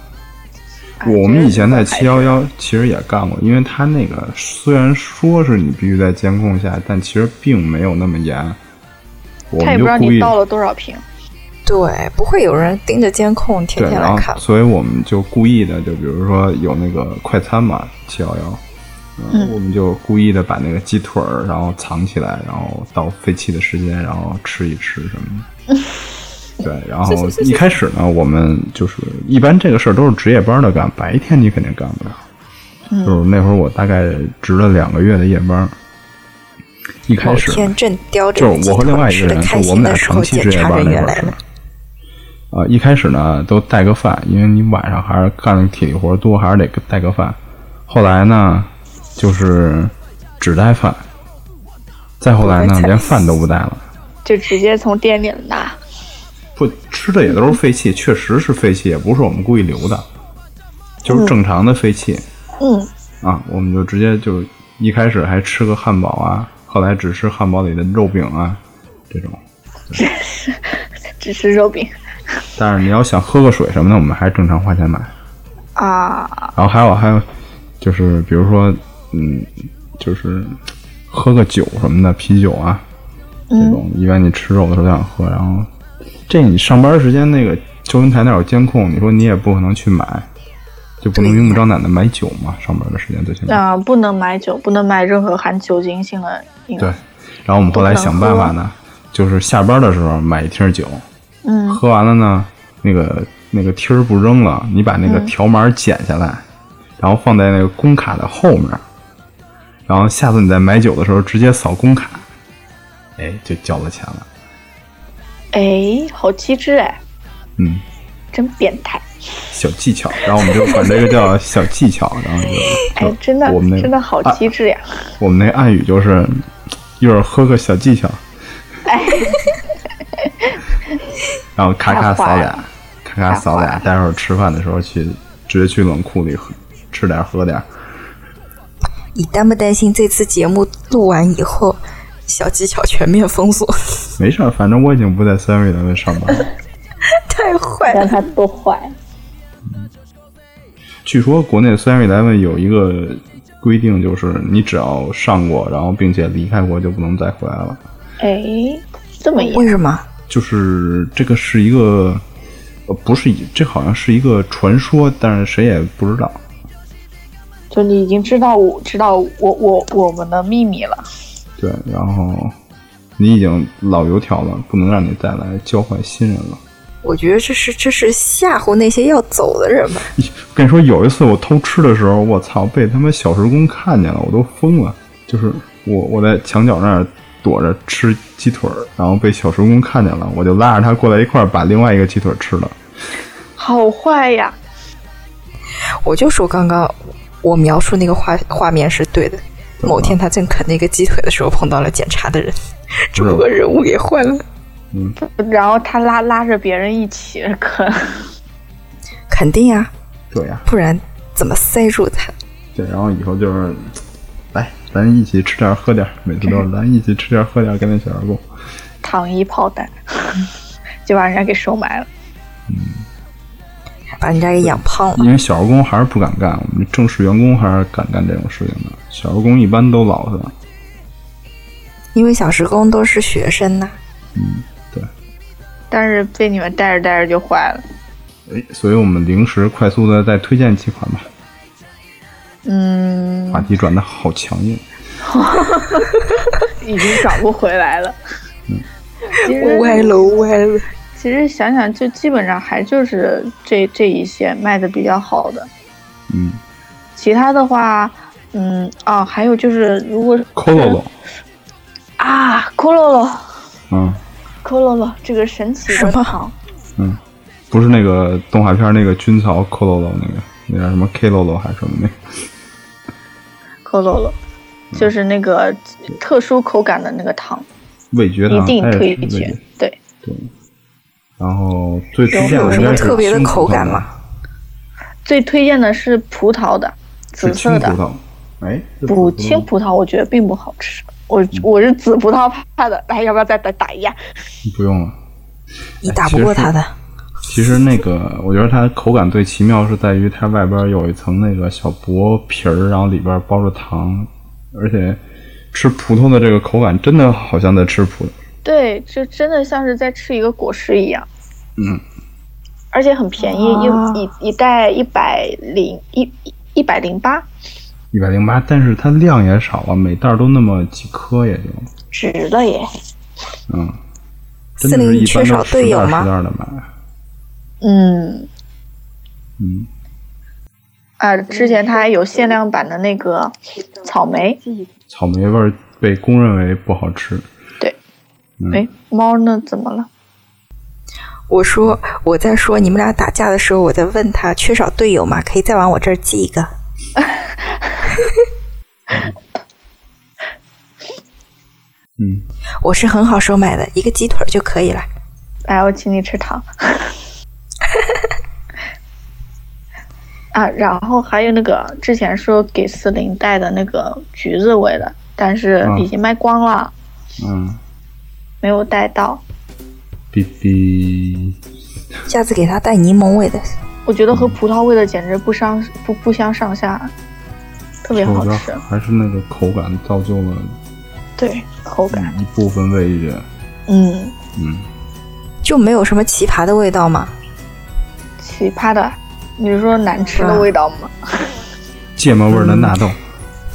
[SPEAKER 3] 哎
[SPEAKER 4] 我们以前
[SPEAKER 3] 这
[SPEAKER 4] 在七幺幺其实也干过，因为他那个虽然说是你必须在监控下，但其实并没有那么严。我
[SPEAKER 3] 他也
[SPEAKER 4] 们
[SPEAKER 3] 不知道
[SPEAKER 4] 就故
[SPEAKER 3] 你
[SPEAKER 4] 意
[SPEAKER 3] 倒了多少瓶。
[SPEAKER 5] 对，不会有人盯着监控天
[SPEAKER 4] 对，
[SPEAKER 5] 天
[SPEAKER 4] 然后
[SPEAKER 5] 来看吧。
[SPEAKER 4] 所以我们就故意的，就比如说有那个快餐嘛，七幺幺，
[SPEAKER 3] 嗯
[SPEAKER 4] 我们就故意的把那个鸡腿儿然后藏起来，然后到废弃的时间，然后吃一吃什么 的。对，然后一开始呢，我们就是一般这个事儿都是值夜班的干，白天你肯定干不了。
[SPEAKER 5] 嗯
[SPEAKER 4] 就是那会儿我大概值了两个月的夜班，一开
[SPEAKER 5] 某
[SPEAKER 4] 始
[SPEAKER 5] 天正叼着
[SPEAKER 4] 就是我和另外一个人，就
[SPEAKER 5] 开
[SPEAKER 4] 是我
[SPEAKER 5] 心
[SPEAKER 4] 们俩
[SPEAKER 5] 的时
[SPEAKER 4] 长
[SPEAKER 5] 候，
[SPEAKER 4] 期
[SPEAKER 5] 检
[SPEAKER 4] 值夜
[SPEAKER 5] 查
[SPEAKER 4] 班
[SPEAKER 5] 人
[SPEAKER 4] 那
[SPEAKER 5] 员
[SPEAKER 4] 会儿
[SPEAKER 5] 来
[SPEAKER 4] 是
[SPEAKER 5] 了。。
[SPEAKER 4] 呃，一开始呢都带个饭，因为你晚上还是干的体力活多，还是得带个饭。后来呢，就是只带饭，再后来呢，连饭都不带了。
[SPEAKER 3] 就直接从店里拿，
[SPEAKER 4] 不吃的也都是废气，确实是废气，也不是我们故意留的，就是正常的废气。
[SPEAKER 5] 嗯，
[SPEAKER 4] 啊，我们就直接就一开始还吃个汉堡啊，后来只吃汉堡里的肉饼啊，这种。
[SPEAKER 3] 只吃肉饼
[SPEAKER 4] 但是你要想喝个水什么的，我们还正常花钱买。
[SPEAKER 3] 啊，
[SPEAKER 4] 然后还有还有就是比如说嗯，就是喝个酒什么的，啤酒啊这种，一般你吃肉的时候就想喝，然后这你上班时间那个收银台那儿有监控，你说你也不可能去买，就不能明目张胆的买酒嘛，上班的时间最起码。
[SPEAKER 3] 啊、不能买酒，不能买任何含酒精性的饮
[SPEAKER 4] 对
[SPEAKER 3] 料。，
[SPEAKER 4] 然后我们后来想办法呢，就是下班的时候买一听酒，
[SPEAKER 3] 嗯
[SPEAKER 4] 喝完了呢，那个那个听儿不扔了，你把
[SPEAKER 3] 嗯
[SPEAKER 4] 那个条码剪下来，然后放在那个工卡的后面，然后下次你在买酒的时候直接扫工卡，哎，就交了钱了。
[SPEAKER 3] 哎，好机智哎，
[SPEAKER 4] 嗯，
[SPEAKER 3] 真变态！
[SPEAKER 4] 小技巧，然后我们就管这个叫小技巧，然后就
[SPEAKER 3] 哎
[SPEAKER 4] 就，
[SPEAKER 3] 真的
[SPEAKER 4] 我们那个
[SPEAKER 3] 真的好
[SPEAKER 4] 啊
[SPEAKER 3] 机智呀！
[SPEAKER 4] 我们那暗语就是一会儿喝个小技巧，
[SPEAKER 3] 哎
[SPEAKER 4] 然后咔咔扫
[SPEAKER 3] 太坏
[SPEAKER 4] 俩，咔咔扫俩，待会儿吃饭的时候去直接去冷库里喝吃点儿喝点儿，
[SPEAKER 5] 你担不担心这次节目录完以后，小技巧全面封锁？
[SPEAKER 4] 没事儿，反正我已经不在三位单位上班了。
[SPEAKER 5] 太坏
[SPEAKER 3] 让
[SPEAKER 5] 了！
[SPEAKER 3] 他多坏，
[SPEAKER 4] 据说国内三位单位有一个规定，就是你只要上过，然后并且离开过，就不能再回来了。
[SPEAKER 3] 哎，这么严
[SPEAKER 5] 为什么？
[SPEAKER 4] 就是这个是一个，呃，不是一这好像是一个传说，但是谁也不知道。
[SPEAKER 3] 就你已经知道我知道我我我们的秘密了，
[SPEAKER 4] 对，然后你已经老油条了，不能让你再来教坏新人了。
[SPEAKER 5] 我觉得这是这是吓唬那些要走的人吧。
[SPEAKER 4] 跟你说，有一次我偷吃的时候，我操，被他妈小时工看见了，我都疯了。就是我我在墙角那儿躲着吃鸡腿儿，然后被小时工看见了，我就拉着他过来一块儿把另外一个鸡腿吃了。
[SPEAKER 3] 好坏呀！
[SPEAKER 5] 我就说刚刚我描述那个画画面是对的。
[SPEAKER 4] 么
[SPEAKER 5] 某天他正啃那个鸡腿的时候，碰到了检查的人，只不过人物给换了。
[SPEAKER 3] 然后他拉拉着别人一起 啃，
[SPEAKER 5] 肯定呀、
[SPEAKER 4] 对呀、
[SPEAKER 5] 不然怎么塞住他？
[SPEAKER 4] 对，然后以后就是来，咱一起吃点儿喝点儿，每次都是咱一起吃点儿喝点儿，跟那小时工。
[SPEAKER 3] 糖衣炮弹， 就把人家给收买了。
[SPEAKER 5] 还把人家给养胖了。
[SPEAKER 4] 因为小时工还是不敢干，我们正式员工还是敢干这种事情的。小时工一般都老实，
[SPEAKER 5] 因为小时工都是学生呐、
[SPEAKER 3] 但是被你们带着带着就坏了。
[SPEAKER 4] 哎，所以我们临时快速的再推荐几款吧。
[SPEAKER 3] 嗯，
[SPEAKER 4] 话题转的好强硬，
[SPEAKER 3] 已经转不回来了。嗯 其实
[SPEAKER 5] 歪楼歪楼。
[SPEAKER 3] 其实想想，就基本上还就是这这一些卖的比较好的，
[SPEAKER 4] 嗯
[SPEAKER 3] 其他的话，嗯啊，还有就是如果
[SPEAKER 4] ，Cololo，
[SPEAKER 3] 啊，骷髅了。
[SPEAKER 4] 嗯，
[SPEAKER 3] 骷髅了，这个神奇
[SPEAKER 5] 什
[SPEAKER 3] 的
[SPEAKER 5] 么
[SPEAKER 3] 糖，
[SPEAKER 4] 不是那个动画片那个军曹 Cololo 那个，那叫什么 Klolo 还是什么那个？
[SPEAKER 3] 骷髅了，
[SPEAKER 4] 嗯
[SPEAKER 3] 就是那个特殊口感的那个糖，
[SPEAKER 4] 味觉
[SPEAKER 3] 一
[SPEAKER 4] 糖，
[SPEAKER 3] 定
[SPEAKER 4] 它也
[SPEAKER 3] 推
[SPEAKER 4] 是味觉
[SPEAKER 3] 荐。。对，
[SPEAKER 4] 然后最推荐
[SPEAKER 5] 有
[SPEAKER 4] 的
[SPEAKER 5] 什
[SPEAKER 4] 应
[SPEAKER 5] 么
[SPEAKER 4] 该是
[SPEAKER 5] 特别的
[SPEAKER 4] 青葡萄
[SPEAKER 5] 口感吗？
[SPEAKER 3] 最推荐的是葡萄的，紫
[SPEAKER 4] 是青
[SPEAKER 3] 色
[SPEAKER 4] 葡
[SPEAKER 3] 的。
[SPEAKER 4] 萄，哎，是紫
[SPEAKER 3] 不，
[SPEAKER 4] 葡萄嗯
[SPEAKER 3] 青葡萄我觉得并不好吃。我我是紫葡萄派的，来，要不要再打打一下？
[SPEAKER 4] 不用了。
[SPEAKER 5] 你打不过他的。
[SPEAKER 4] 其实那个，我觉得它口感最奇妙是在于它外边有一层那个小薄皮儿，然后里边包着糖，而且吃葡萄的这个口感真的好像在吃葡萄。
[SPEAKER 3] 对，就真的像是在吃一个果实一样，
[SPEAKER 4] 嗯，
[SPEAKER 3] 而且很便宜，
[SPEAKER 5] 啊
[SPEAKER 3] 一一一袋一百零一一百零八，
[SPEAKER 4] 一百零八，但是它量也少啊，每袋儿都那么几颗也就，
[SPEAKER 3] 值了耶。
[SPEAKER 4] 嗯，真
[SPEAKER 5] 森
[SPEAKER 4] 的是
[SPEAKER 5] 林
[SPEAKER 4] 一
[SPEAKER 5] 缺
[SPEAKER 4] 般
[SPEAKER 5] 少
[SPEAKER 4] 都十
[SPEAKER 5] 队
[SPEAKER 4] 袋
[SPEAKER 5] 友
[SPEAKER 4] 儿十袋
[SPEAKER 5] 吗？
[SPEAKER 4] 儿的买，
[SPEAKER 3] 嗯，
[SPEAKER 4] 嗯，
[SPEAKER 3] 啊，之前它还有限量版的那个草莓，
[SPEAKER 4] 草莓味儿被公认为不好吃，
[SPEAKER 3] 对，
[SPEAKER 4] 嗯
[SPEAKER 3] 哎，猫呢？怎么了？
[SPEAKER 5] 我说我在说你们俩打架的时候，我在问他缺少队友吗？可以再往我这儿寄一个。
[SPEAKER 4] 嗯，嗯
[SPEAKER 5] 我是很好收买的，一个鸡腿儿就可以了。
[SPEAKER 3] 来，哎我请你吃糖。 啊，然后还有那个之前说给思琳带的那个橘子味的，但是
[SPEAKER 4] 嗯
[SPEAKER 3] 已经卖光了，
[SPEAKER 4] 嗯
[SPEAKER 3] 没有带到。
[SPEAKER 4] ，B B，
[SPEAKER 5] 下次给他带柠檬味的，
[SPEAKER 3] 我觉得
[SPEAKER 4] 嗯
[SPEAKER 3] 和葡萄味的简直不相不不相上下，特别
[SPEAKER 4] 我
[SPEAKER 3] 好
[SPEAKER 4] 觉得
[SPEAKER 3] 吃。
[SPEAKER 4] 还是那个口感造就了
[SPEAKER 3] 对，口感，
[SPEAKER 4] 一部分味觉。
[SPEAKER 3] 嗯，
[SPEAKER 4] 嗯，
[SPEAKER 5] 就没有什么奇葩的味道嘛。
[SPEAKER 3] 奇葩的。你是说难吃
[SPEAKER 5] 嗯
[SPEAKER 3] 的味道吗？
[SPEAKER 4] 芥末味儿的纳豆，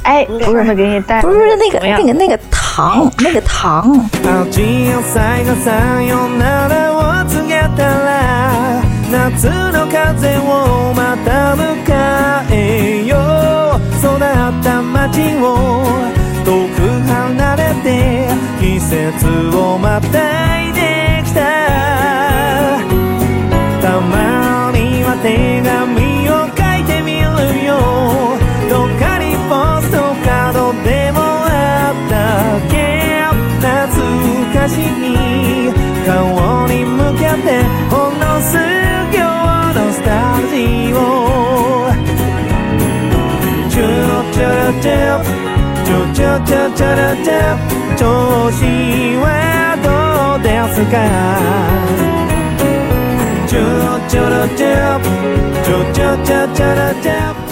[SPEAKER 3] 哎，我上次给你带
[SPEAKER 5] 不是那个
[SPEAKER 3] 怎么样
[SPEAKER 5] 那个那个糖，那个糖，
[SPEAKER 6] 青い朝がさよならを告げたら夏の風をまた迎えよう育った街を遠く離れて季節をまたいできたたまには手紙を書いてみるよどっかにポストカードでもあったっけ懐かしい顔に向けてほんの数行のスタルジーをチューチューチューチューチューチューチューチュー調子はどうですかチュチュルチュチュチュチュチュルチュ